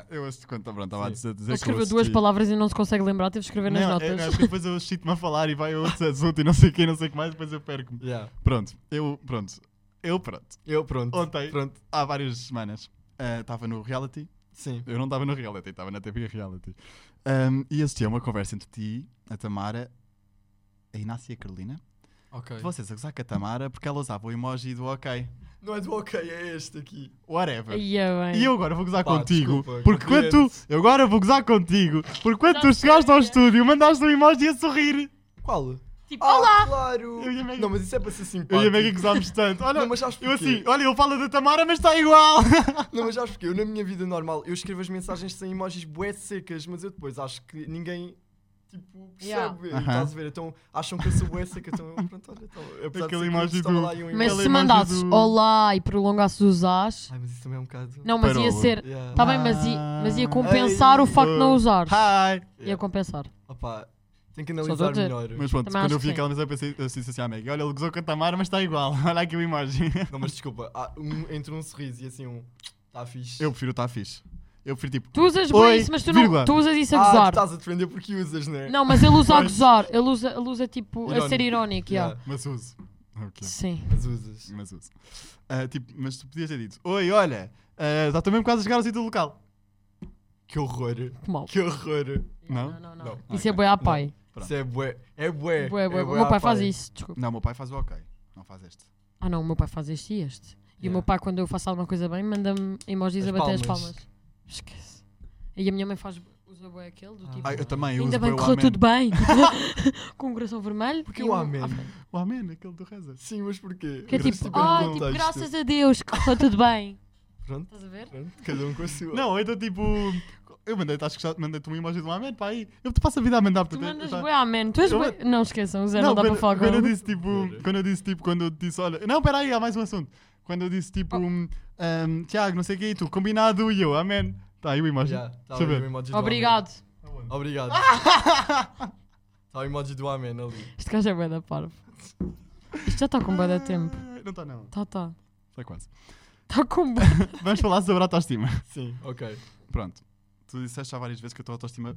eu este quanto pronto, estava a
Sim.
dizer dizer
Ele
que eu
escreveu duas
assisti-
palavras e não se consegue lembrar, teve de escrever nas
tipo. Não, é-
notas.
é porque depois eu chito-me a falar e vai a outro assunto e não sei o que, não sei o que mais, depois eu perco-me.
Yeah.
Pronto, eu, pronto, eu, pronto.
Eu, pronto.
Ontem,
Pronto.
há várias semanas, ah, estava no reality,
Sim.
eu não estava no reality, estava na TV reality, Ahm, e assisti a uma conversa entre ti, a Tamara, a Inácia e a Carolina.
Ok.
De vocês a gozar com a Tamara porque ela usava o emoji do ok,
Não é do ok, é este aqui.
whatever.
Ai, eu, hein.
E eu agora vou gozar
Pá,
contigo.
desculpa,
porque quando tu.
compreendo.
Eu agora vou gozar contigo. Porque quando
Já sei,
tu chegaste ao
é.
estúdio, mandaste um emoji a sorrir.
Qual?
Tipo,
Ah,
olá!
Claro!
Eu e a Maggie-
Não, mas isso é para ser
Eu
simpático.
e a Mega gozámos tanto. Olha,
Não, mas sabes
eu
porquê?
assim, olha, ele fala da Tamara, mas está igual.
Não,
Ah.
mas sabes porquê? Eu na minha vida normal, eu escrevo as mensagens sem emojis bué secas, mas eu depois acho que ninguém, tipo, percebe.
Yeah.
Aham.
Estás a ver? Então acham que eu sou bué seca, então pronto, olha, então,
Aquele é
apesar de ser que
emoji
estava
do-
lá e um
Mas
emoji.
Aquela
se
imagem
mandasses
do-
olá e prolongasses os as.
Ai, mas isso também é um bocado...
Não, mas ia
Parola.
ser.
Yeah.
Tá bem, mas ia, mas ia compensar
Ei,
o facto de não
ah.
usar.
Hi.
Ia compensar.
Opa, tenho que
Só estou a
analisar
dizer.
melhor.
Mas pronto,
Também
quando
acho
eu vi
que
aquela mensagem, eu pensei eu disse assim à Mega: Olha, ele gozou com a Tamara, mas está igual. Olha aqui o emoji.
Não, mas desculpa, há um- entre um sorriso e assim um... Tá fixe.
Eu prefiro estar fixe. Eu prefiro tipo.
Tu usas
Oi,
bem isso, mas tu não.
vírgula. tá
Tu usas isso a
Ah, tu
gozar.
estás a defender porque usas, né?
Não, mas ele usa a
Pois.
gozar. Ele usa, ele usa tipo a ser irónico.
Yeah.
Yeah.
Mas uso. Ok.
Sim.
Mas usas.
Mas uso. Ah, tipo, mas tu podias ter dito: Oi, olha, ah, já estou mesmo quase a chegar ao sítio do local.
Que horror.
Que mal.
Que horror.
Não?
Não, não, não.
Não.
Isso é
Ok.
boi à pai.
Pronto.
Isso é bué. É bué.
Bué, bué,
é
bué. O meu pai
à
faz
pai.
isso, desculpa.
Não, o meu pai faz o ok. Não faz este.
Ah não, o meu pai faz este e este. E o
Yeah.
meu pai, quando eu faço alguma coisa bem, manda-me emojis
As
a bater as
palmas.
palmas. Esquece. E a minha mãe faz, usa boi aquele, do tipo.
Ah, eu também, eu
Ainda
uso
bem
bué
que
o
correu
amém.
tudo bem. Tipo, Com o coração vermelho.
Porque
e
o
um-
amém.
à frente.
O amém, aquele do reza.
Sim, mas porquê?
Que é
Graças
tipo,
a Deus,
ai,
não
tipo,
um contexto.
graças a Deus, que correu tudo bem.
Pronto,
Estás a ver?
pronto, cada um com a sua.
Não, então tipo. Eu mandei-te, acho que já mandei-te uma imagem de um amém, pá, aí. Eu te passo a vida a mandar
Tu
portanto,
mandas
tá-
bué amém. Tu és
Eu
bué... Não esqueçam, o Zé não, dá
quando,
para falar com um.
quando eu
ele.
disse tipo. Quando eu disse tipo, quando eu te disse, olha. Não, peraí, há mais um assunto. Quando eu disse tipo.
Oh.
hum, hum, Tiago, não sei o que, tu, combinado e eu, amém. Tá aí o emoji.
Já, tá
Deixa eu
ali o
ver.
emoji do
Obrigado.
amém. Obrigado. Está o emoji do Amém ali.
Este gajo é bué da parvo. Isto já está com bué da tempo.
Ah, Não está, não.
Tá, tá.
Está quase.
Tá com bué.
Vamos falar sobre a autoestima.
Sim, ok.
Pronto. Tu disseste já várias vezes que a tua autoestima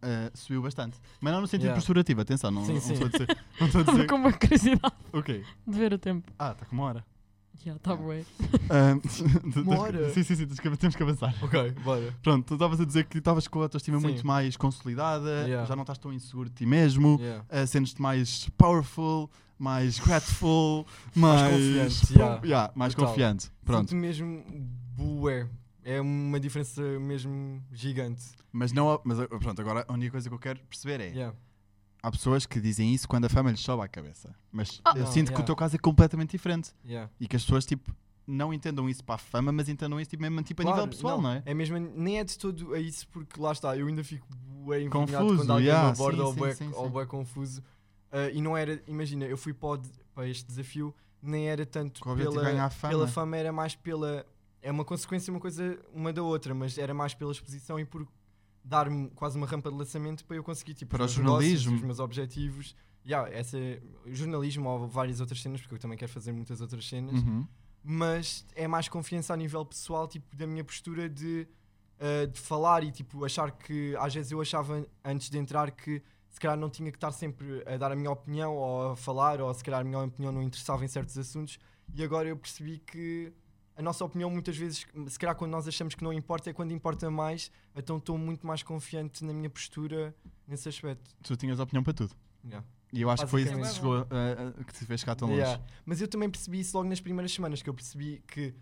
ah, subiu bastante. Mas não no sentido
Yeah.
posturativo, atenção, não
Sim,
não
sim.
estou a dizer. Não estou a
Estava
dizer.
tá com uma curiosidade
O quê?
de ver o tempo.
Ah, está com uma hora.
Já, está bué.
Ahm, tens-
Uma hora?
Sim, sim, sim, tens que- temos que avançar.
Ok, bora.
Pronto, tu estavas a dizer que estavas com a autoestima
Sim.
muito mais consolidada,
Yeah.
já não estás tão inseguro de ti mesmo,
Yeah.
ah, sentes-te mais powerful, mais grateful, mais.
confiante, yeah.
Yeah, mais
Brutal.
confiante. Pronto.
Sinto mesmo bué. É uma diferença mesmo gigante.
Mas, não, mas ah, pronto, agora a única coisa que eu quero perceber é.
Yeah.
Há pessoas que dizem isso quando a fama lhes sobe à cabeça. Mas
Ah.
eu
Não,
sinto que
yeah.
o teu caso é completamente diferente.
Yeah.
E que as pessoas, tipo, não entendam isso para a fama, mas entendam isso tipo, mesmo tipo, a nível
Claro,
pessoal, não, é?
É mesmo, nem é de todo a isso, porque lá está, eu ainda fico bué envergonhado
Confuso,
quando alguém
yeah,
me aborda
sim,
ou
sim,
bué,
sim,
ou
sim.
bué confuso. Ah, e não era, imagina, eu fui para, o de- para este desafio, nem era tanto
Com o objetivo de
pela,
ganhar fama.
pela fama, era mais pela. É uma consequência, uma coisa uma da outra, mas era mais pela exposição e por dar-me quase uma rampa de lançamento para eu conseguir, tipo,
Para
os
o
meus negócios,
jornalismo.
os meus objetivos. Yeah, essa, jornalismo ou várias outras cenas, porque eu também quero fazer muitas outras cenas
Uhum.
mas é mais confiança a nível pessoal, tipo, da minha postura eh, de, ah, de falar e, tipo, achar que, às vezes eu achava antes de entrar que se calhar não tinha que estar sempre a dar a minha opinião ou a falar, ou se calhar a minha opinião não interessava em certos assuntos. E agora eu percebi que a nossa opinião, muitas vezes, se calhar quando nós achamos que não importa, é quando importa mais. Então estou muito mais confiante na minha postura nesse aspecto.
Tu tinhas opinião para tudo.
Yeah.
E eu acho que foi isso que te
Basicamente.
chegou, a- a- que te fez chegar tão longe.
Yeah. Mas eu também percebi isso logo nas primeiras semanas, que eu percebi que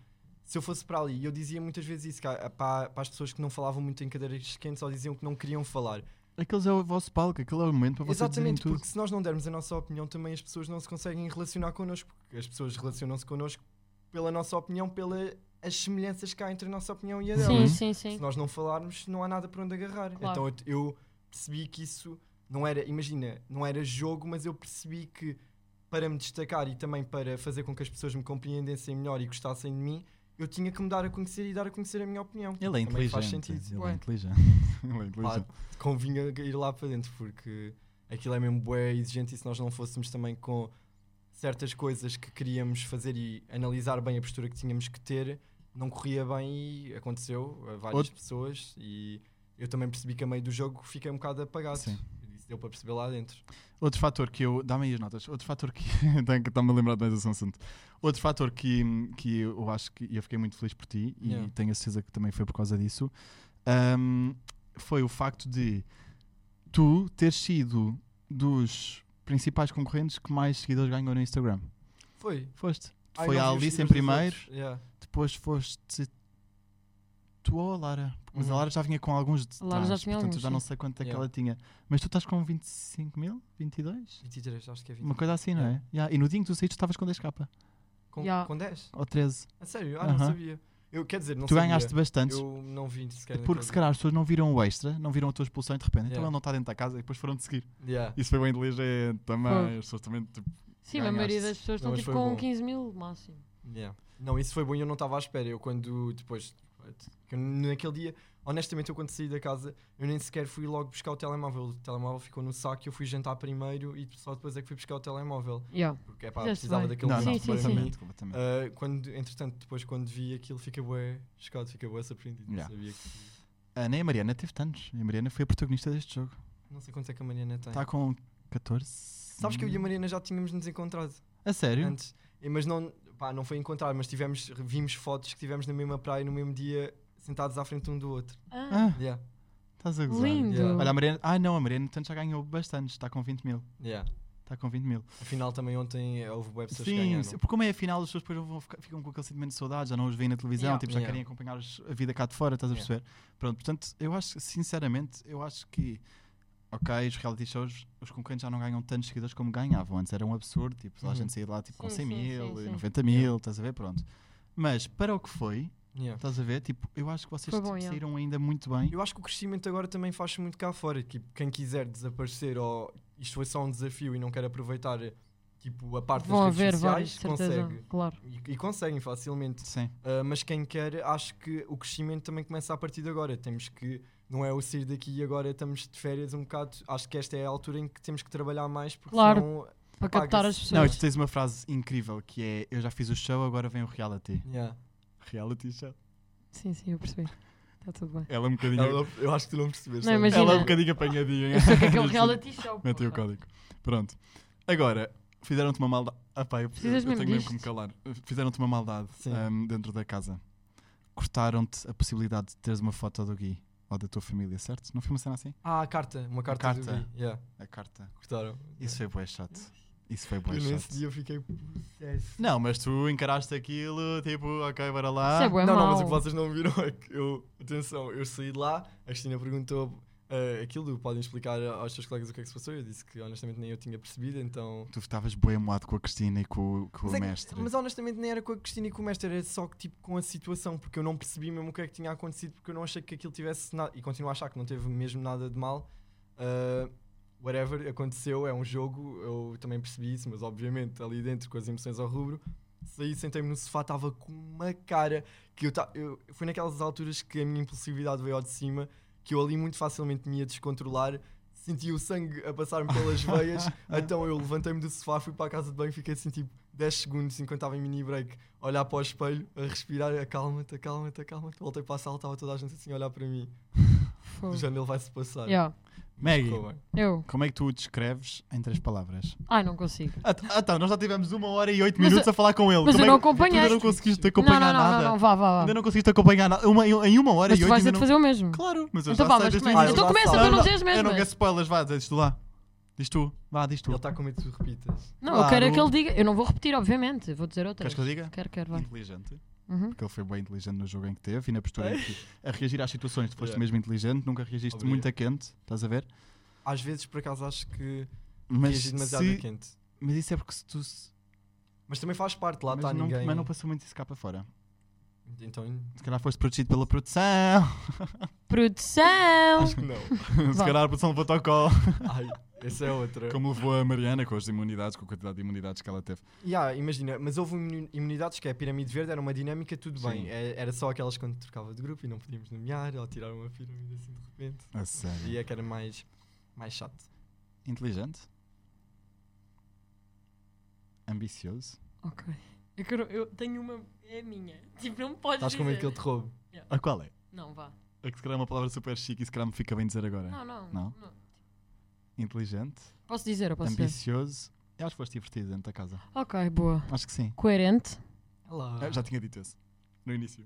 se eu fosse para ali, e eu dizia muitas vezes isso que há- para, para as pessoas que não falavam muito em cadeiras quentes ou diziam que não queriam falar.
Aqueles é o vosso palco, aquele é o momento para vocês
Exatamente,
dizerem tudo.
porque se nós não dermos a nossa opinião, também as pessoas não se conseguem relacionar connosco, porque as pessoas relacionam-se connosco pela nossa opinião, pelas semelhanças que há entre a nossa opinião e a dela.
Sim,
Uhum.
sim,
Se
sim.
nós não falarmos, não há nada para onde agarrar.
Claro.
Então eu te- eu percebi que isso não era, imagina, não era jogo, mas eu percebi que para me destacar e também para fazer com que as pessoas me compreendessem melhor e gostassem de mim, eu tinha que me dar a conhecer e dar a conhecer a minha opinião.
Ele é
Também
inteligente.
faz sentido.
Ele é
Ué.
inteligente. Ele é
Pá,
inteligente.
convinha ir lá para dentro, porque aquilo é mesmo bué exigente e se nós não fôssemos também com certas coisas que queríamos fazer e analisar bem a postura que tínhamos que ter, não corria bem e aconteceu a várias
Outro-
pessoas e eu também percebi que a meio do jogo fiquei um bocado apagado.
Sim.
Isso deu para perceber lá dentro.
Outro fator que eu. Dá-me aí as notas. Outro fator que. tenho que- Estou-me a lembrar de mais esse assunto. Outro fator que, que eu acho que. e Eu fiquei muito feliz por ti e
Yeah.
tenho a certeza que também foi por causa disso. ahm, foi o facto de tu teres sido dos principais concorrentes que mais seguidores ganhou no Instagram.
Foi.
Foste.
Ah,
Ai,
foi
não
a
vi os
Alice em
seguidores dos
primeiro,
outros. Yeah.
depois foste. Tu ou a Lara? Mas a
Uhum.
Lara já vinha com alguns de
A Lara já
trás,
tinha
portanto eu
alguns,
já não
sim.
sei quanto é que
Yeah.
ela tinha. Mas tu estás com 25 mil? 22?
23, acho que é 20.
Uma coisa assim, não é? Yeah, E no dia em que tu saíste, estavas com 10k
Com,
Yeah.
com 10?
ou 13.
A sério? Ah,
Aham.
não sabia. Eu, quer dizer, não
tu
sabia.
ganhaste bastantes.
Eu não vi sequer.
Porque
naquele
se
dia.
calhar as pessoas não viram o extra, não viram a tua expulsão e de repente, então
Yeah.
ele não está dentro da casa e depois foram de seguir.
Yeah.
Isso foi bem inteligente também.
Foi.
As pessoas também. tipo,
Sim, mas a maioria das pessoas
Não,
estão
mas
tipo
foi
com
bom.
15 mil máximo.
Yeah. Não, isso foi bom e eu não estava à espera. Eu quando depois, eu naquele dia, honestamente, eu quando saí da casa, eu nem sequer fui logo buscar o telemóvel. O telemóvel ficou no saco, eu fui jantar primeiro e só depois é que fui buscar o telemóvel.
Yeah.
Porque é pá,
Fizeste
precisava
bem.
daquele
Não,
Sim,
não,
momento
sim,
para
sim.
mim.
completamente, completamente.
Ah, quando, entretanto, depois quando vi aquilo, fiquei bué chocado, fiquei bué surpreendido.
Yeah.
Não sabia que.
Ah, nem a Mariana teve tantos. A Mariana foi a protagonista deste jogo.
Não sei quanto é que a Mariana tem.
Está com 14.
Sabes que eu e a Mariana já tínhamos nos encontrado.
A sério?
antes. Eh, Mas não, pá, não foi encontrar, mas tivemos, vimos fotos que tivemos na mesma praia no mesmo dia, sentados à frente um do outro.
Ah,
Ah,
Yeah,
estás a gozar.
lindo.
Yeah.
Olha, a Mariana. Ah, não, a Mariana portanto, já ganhou bastantes. Está com 20 mil.
yeah.
Está com 20 mil.
Afinal, também ontem eh, houve web pessoas que
Sim,
ganharam.
sim, porque como é a final, as pessoas depois vão ficar- ficam com aquele sentimento de saudade, já não os veem na televisão,
Yeah.
tipo, já
Yeah.
querem acompanhar os- a vida cá de fora, estás a
Yeah.
perceber? Pronto, portanto, eu acho, sinceramente, eu acho que, ok, os reality shows, os concorrentes já não ganham tantos seguidores como ganhavam, antes era um absurdo, tipo, toda a
Uhum.
gente saía de lá tipo, com
Sim,
100
sim,
mil,
sim,
e
sim.
90 mil, estás a ver? Pronto. Mas para o que foi,
Yeah.
estás a ver? Tipo, eu acho que vocês
Foi bom,
tipo,
yeah.
saíram ainda muito bem.
Eu acho que o crescimento agora também faz muito cá fora. Tipo, quem quiser desaparecer ou isto foi só um desafio e não quer aproveitar eh, tipo, a parte
vão
das redes
haver vários,
sociais,
de certeza.
consegue.
Claro.
E, e conseguem facilmente.
Sim,
Uh, mas quem quer, acho que o crescimento também começa a partir de agora. Temos que, não é o sair daqui e agora estamos de férias um bocado. Acho que esta é a altura em que temos que trabalhar mais, porque
Claro.
senão.
Para
Apaga-se.
captar as
não, e
pessoas.
tu tens uma frase incrível que é: Eu já fiz o show, agora vem o reality.
Yeah.
Reality show.
Sim, sim, eu percebi. Está tudo bem.
Ela é um bocadinho.
Eu, eu acho que tu não percebeste.
Não,
sabe?
imagina.
Ela é um bocadinho apanhadinha.
Eu sei o que é que é um reality show.
Meti o
porra.
código. Pronto. Agora, fizeram-te uma maldade. Ah, pá, eu,
Precisas
eu
mesmo
tenho mesmo
disto?
que me calar. Fizeram-te uma maldade
Sim.
ahm, dentro da casa. Cortaram-te a possibilidade de teres uma foto do Gui ou da tua família, certo? Não foi uma cena assim?
Ah, a carta, uma carta. Do
carta.
Gui. Yeah,
A carta.
cortaram.
Isso foi bué chato. Isso foi bué
Eu nesse
chato.
dia eu fiquei. possesso.
Não, mas tu encaraste aquilo, tipo, ok, bora lá.
Isso é bué
não, não,
mau.
mas o que vocês não viram é que eu. Atenção, eu saí de lá, a Cristina perguntou uh, aquilo, do podem explicar aos seus colegas o que é que se passou. Eu disse que honestamente nem eu tinha percebido, então.
Tu estavas bué moado com a Cristina e com, o- com
Mas,
o
é que-
mestre.
mas honestamente nem era com a Cristina e com o mestre, era só que, tipo com a situação, porque eu não percebi mesmo o que é que tinha acontecido, porque eu não achei que aquilo tivesse nada, e continuo a achar que não teve mesmo nada de mal. Ah, whatever, aconteceu, é um jogo, eu também percebi isso, mas obviamente ali dentro com as emoções ao rubro, saí, sentei-me no sofá, estava com uma cara que eu, ta- eu foi naquelas alturas que a minha impulsividade veio ao de cima, que eu ali muito facilmente me ia descontrolar. Senti o sangue a passar-me pelas veias, então eu levantei-me do sofá, fui para a casa de banho, fiquei assim tipo 10 segundos enquanto estava em mini break, a olhar para o espelho, a respirar, acalma-te, acalma-te, acalma-te. Voltei para a sala, estava toda a gente assim a olhar para mim,
Fogo.
o ele vai se passar.
Yeah.
Maggie,
Ficou bem.
Eu.
como é que tu o descreves em três palavras?
Ai, não consigo.
Ah, t- ah, então, nós já tivemos uma hora e oito
Mas
minutos
eu-
a falar com ele.
mas
Como
eu não
é que-
acompanhaste.
Tu ainda não conseguiste
Não, não,
acompanhar
não,
nada.
não, não, vá, vá, vá.
Ainda não conseguiste acompanhar nada. Uma- em uma hora
Mas
e
tu
oito
vais ter
minutos.
de fazer o mesmo.
Claro, mas eu
Então
já
vá,
sei
mas
desde o
começa.
início.
Então
lá
começa
sabe.
para não
não-
dizeres
Eu
mesmo.
não quero spoilers, vá, diz tu lá. Diz tu, vá, diz tu.
Ele está com medo que tu repitas.
Não, eu quero
Claro.
que ele diga. Eu não vou repetir, obviamente. Vou dizer outra.
Queres que eu diga?
Quero, quero, vai.
Inteligente.
Uhum.
Porque ele foi bem inteligente no jogo em que teve e na postura em que a reagir às situações. Tu foste
Yeah.
mesmo inteligente, nunca reagiste
Obrigado.
muito a quente, estás a ver?
Às vezes, por acaso, acho que
Mas,
reagi demasiado
se-
a quente.
mas isso é porque se tu. se-
Mas também faz parte, lá
mas,
está
não,
ninguém.
mas não passou muito isso cá para fora.
Então,
Se calhar foste protegido pela produção.
Produção!
acho que não.
se calhar a produção levou-te ao colo.
Ai, essa é outra.
Como levou a Mariana com as imunidades, com a quantidade de imunidades que ela teve.
Ya, imagina, mas houve imu- imunidades que é a pirâmide verde, era uma dinâmica, tudo
Sim.
bem. É- Era só aquelas quando trocava de grupo e não podíamos nomear, ou tirar uma pirâmide assim de repente.
A sério.
E é que era mais, mais chato.
Inteligente. Ambicioso.
Ok. Eu, quero, eu tenho uma. É minha. Tipo, não me podes
Estás com medo
dizer.
é
é que ele te roube?
A qual é?
Não, vá.
A que se calhar é uma palavra super chique e se calhar me fica bem dizer agora.
Não, não.
Não? Inteligente.
Posso dizer, eu posso dizer.
ambicioso. Eu acho que foste divertido dentro da casa.
Ok, boa.
Acho que sim.
Coerente.
Olá.
Eu Ah, já tinha dito isso. No início.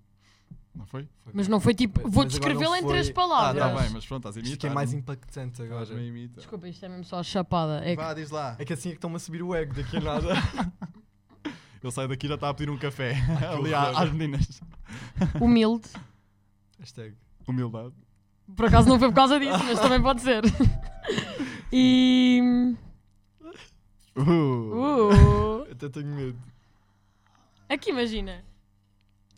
Não foi?
Mas não foi tipo.
Mas-
Vou
mas agora não
descrevê-la em
foi-
três
Ah,
palavras.
Tá
Aliás,
bem, mas pronto, estás a imitar.
Isto que é mais impactante
não?
agora.
Estás-me a imitar.
Desculpa, isto é mesmo só chapada. É que-
Vá, diz lá.
É que assim é que estão-me a subir o ego daqui a nada.
Ele sai daqui e já está a pedir um café.
que
Ali à-
horror.
às meninas.
humilde.
Hashtag.
Humildade.
Por acaso não foi por causa disso, mas também pode ser. E.
Uh.
Uh.
Até tenho medo.
É que imagina.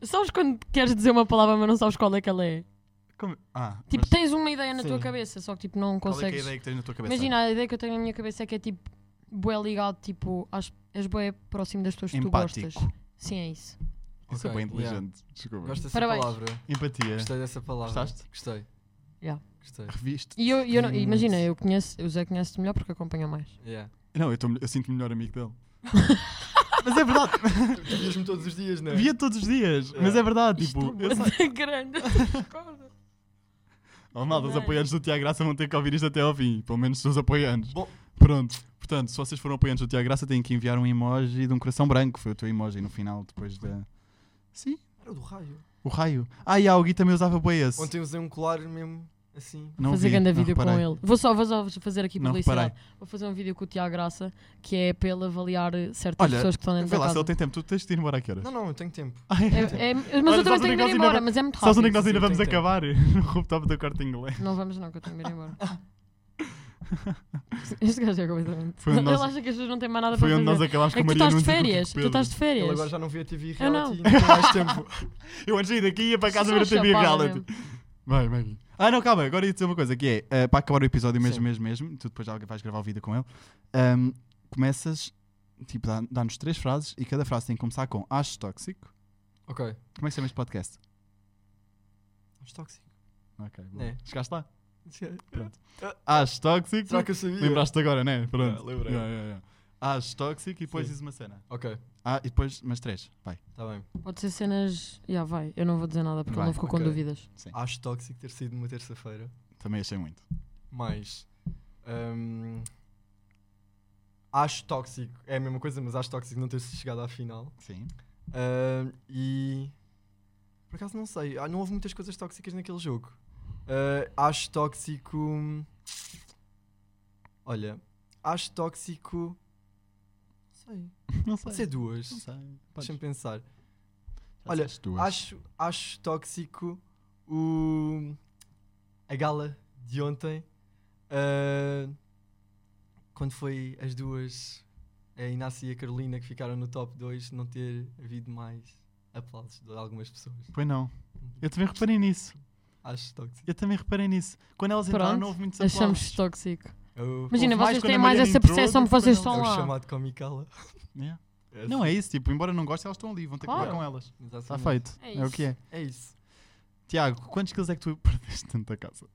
Sabes quando queres dizer uma palavra, mas não sabes qual é que ela é?
Como- Ah,
Tipo,
mas
tens uma ideia na
Sim.
tua cabeça, só que tipo, não
qual é, que é a
consegues.
ideia que tens na tua cabeça?
Imagina, a ideia que eu tenho na minha cabeça é que é tipo, boé ligado, tipo, às, és boé próximo das pessoas que
Empático.
tu gostas. Sim, é isso.
Isso é
Ok,
bem inteligente. Desculpa.
Gosto dessa
Parabéns.
palavra.
Empatia.
Gostei dessa palavra.
Gostaste?
Gostei.
Ya.
Gostei.
Reviste.
E eu, e eu não-
Hum.
imagina, eu conheço, o Zé conhece-te melhor porque acompanha mais.
Yeah.
Não, eu, tô- eu sinto-me melhor amigo dele. mas é verdade.
Tu vias-me todos os dias, não é?
Via todos os dias. Mas é verdade. Tipo, eu sei-
Isto é grande, discordo.
Oh, malta, os
Verdade.
apoiantes do Tiago Graça vão ter que ouvir isto até ao fim, pelo menos os apoiantes.
Bom.
Pronto, portanto, se vocês foram apoiantes do Tiago Graça, têm que enviar um emoji de um coração branco. Foi o teu emoji no final, depois da. Sim,
Era o do raio.
o raio. Ah, e há, o Gui também usava boi esse.
Ontem usei um colar mesmo assim.
Não
fazer
vi,
grande
não
vídeo com
reparei.
ele. tipo, Vou só, vou só fazer aqui
Não
publicidade. Vou fazer um vídeo com o Tiago Graça, que é para ele avaliar eh, certas
Olha,
pessoas que estão dentro
Vê
da
lá, se
casa.
ele tem tempo, tu tens de ir embora a que horas?
Não, não, eu tenho tempo.
Ah, é.
É- é- mas
Olha,
eu
sabes
também
onde é
tenho
que
de
nós
ir embora,
ainda-
mas é muito
Sabes
rápido.
onde é que nós ainda
Sim,
vamos
tem tempo.
acabar? No rooftop do quarto inglês.
Não vamos não, que eu tenho de ir embora. Este gajo é completamente.
Foi onde
ele
nós-
acha que as pessoas não têm mais nada
Foi um
para
onde nós
fazer.
acabámos
É
com tipo,
que tu
Maria
estás de
Nunes e
férias.
com
Tu
o Pedro.
estás de férias.
Ele agora já não vê a TV
Eu não.
reality e não tem mais tempo.
Eu antes de sair daqui ia para casa
Só
ver a TV
chapada
reality.
mesmo.
tipo. Vai, vai. Ah, não, calma, agora ia dizer uma coisa que é eh, para acabar o episódio mesmo,
Sim.
mesmo, mesmo. Tu depois já vais gravar o vídeo com ele. ahm, começas, tipo, dá- dá-nos três frases e cada frase tem que começar com Acho tóxico.
Ok.
Como é que se chama este podcast?
Acho tóxico.
Ok, bom.
É.
Chegaste lá?
Pronto.
Acho tóxico.
Será que eu sabia?
Lembraste agora, né? Pronto.
Ah, lembrei.
Yeah, yeah, yeah. Acho tóxico e depois
Sim.
dizes uma cena.
Ok,
Ah, e depois, mas três. Vai.
está bem.
Pode ser cenas. Já vai, eu não vou dizer nada porque
Vai,
ele não ficou com
ok.
dúvidas.
Acho tóxico ter saído numa terça-feira.
Também achei muito.
Mas. hum, acho tóxico. É a mesma coisa, mas acho tóxico não ter chegado à final.
Sim.
Hum, e. Por acaso não sei. Ah, Não houve muitas coisas tóxicas naquele jogo. Ah, acho tóxico. Olha. Acho tóxico. Não sei.
Não
Pode ser
sei.
duas.
Não sei. Podes.
Deixa-me pensar.
é Já
Olha,
disseste duas.
Acho, acho tóxico o, a gala de ontem. ah, quando foi as duas, a Inácio e a Carolina, que ficaram no top 2, não ter havido mais aplausos de algumas pessoas.
Pois não. Eu também reparei nisso.
Acho tóxico.
Eu também reparei nisso. Quando elas entraram,
Pronto,
não houve muitos aplausos.
Achamos tóxico.
Eu,
Imagina,
é mais
vocês
quando a
têm mais
Mariana
essa
entrou
percepção
do
que vocês
que quando
estão
é o
lá.
chamado Comicala.
Yeah. Não é isso, tipo, embora não gostem, elas estão ali, vão ter que
Claro.
falar com elas. Está
Exatamente.
feito.
É
É, o
isso.
que é.
É isso.
Tiago, quantos quilos é que tu perdeste dentro da casa?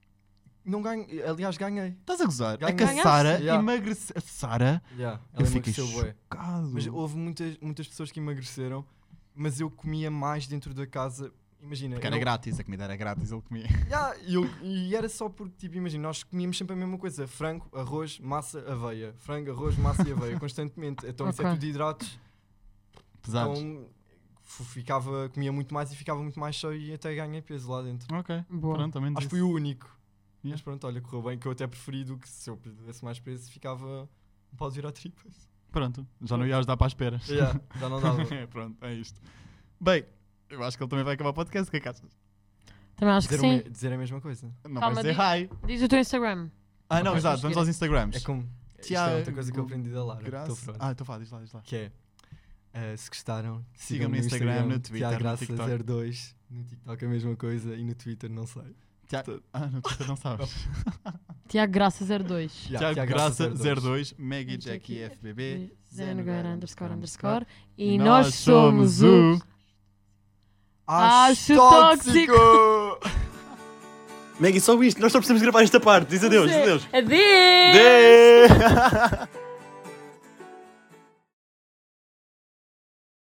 Não ganho, aliás, ganhei.
Estás a gozar? É que a
Ganhaste.
Sara
Yeah.
emagreceu. A Sara?
Yeah,
Eu
ela
fiquei
emagreceu bué.
chocado.
Mas houve muitas, muitas pessoas que emagreceram, mas eu comia mais dentro da casa. Imagina.
Porque era
eu-
grátis, a comida era grátis, ele comia.
Ya, e eu- e era só porque, tipo, imagina, nós comíamos sempre a mesma coisa: frango, arroz, massa, aveia. Frango, arroz, massa e aveia, constantemente. Então isso é
Ok.
tudo hidratos.
Pesados.
Então f- ficava, comia muito mais e ficava muito mais cheio e até ganhei peso lá dentro.
ok,
Boa.
pronto, ao menos
Acho que
isso.
fui o único.
Ya.
Mas pronto, olha, correu bem que eu até preferi do que se eu perdesse mais peso ficava. Não pode virar tripas.
Pronto, já não ia ajudar para as peras.
Ya, já não dava.
É, pronto, é isto. Bem, eu acho que ele também vai acabar o podcast, o que é que achas?
Também acho que
dizer, o me-
sim.
dizer a mesma coisa. É
Não
Calma,
vais dizer
diga-
hi.
Diz o teu Instagram.
Ah, não,
Ok.
exato, vamos aos Instagrams.
É como. Isto é
Tiago,
outra coisa que eu aprendi da Lara.
Graça-
Estou pronto.
Ah, então vá, diz lá, diz lá.
Que é. eh, se gostaram,
Sigam-me no Instagram, no Twitter, no TikTok.
Graça02. No TikTok é a mesma coisa e no Twitter não sei.
Tiago... Ah, não, tu não sabes.
Tiago Graça 02.
Ya,
Tiago Graça 02, Maggie
Maggie
Jackie
Jackie
FBB.
Zenogar underscore underscore.
E
E nós somos o. Acho tóxico!
Maggie, só isto. Nós só precisamos gravar esta parte. Diz adeus, diz adeus.
Adeus!
Adeus!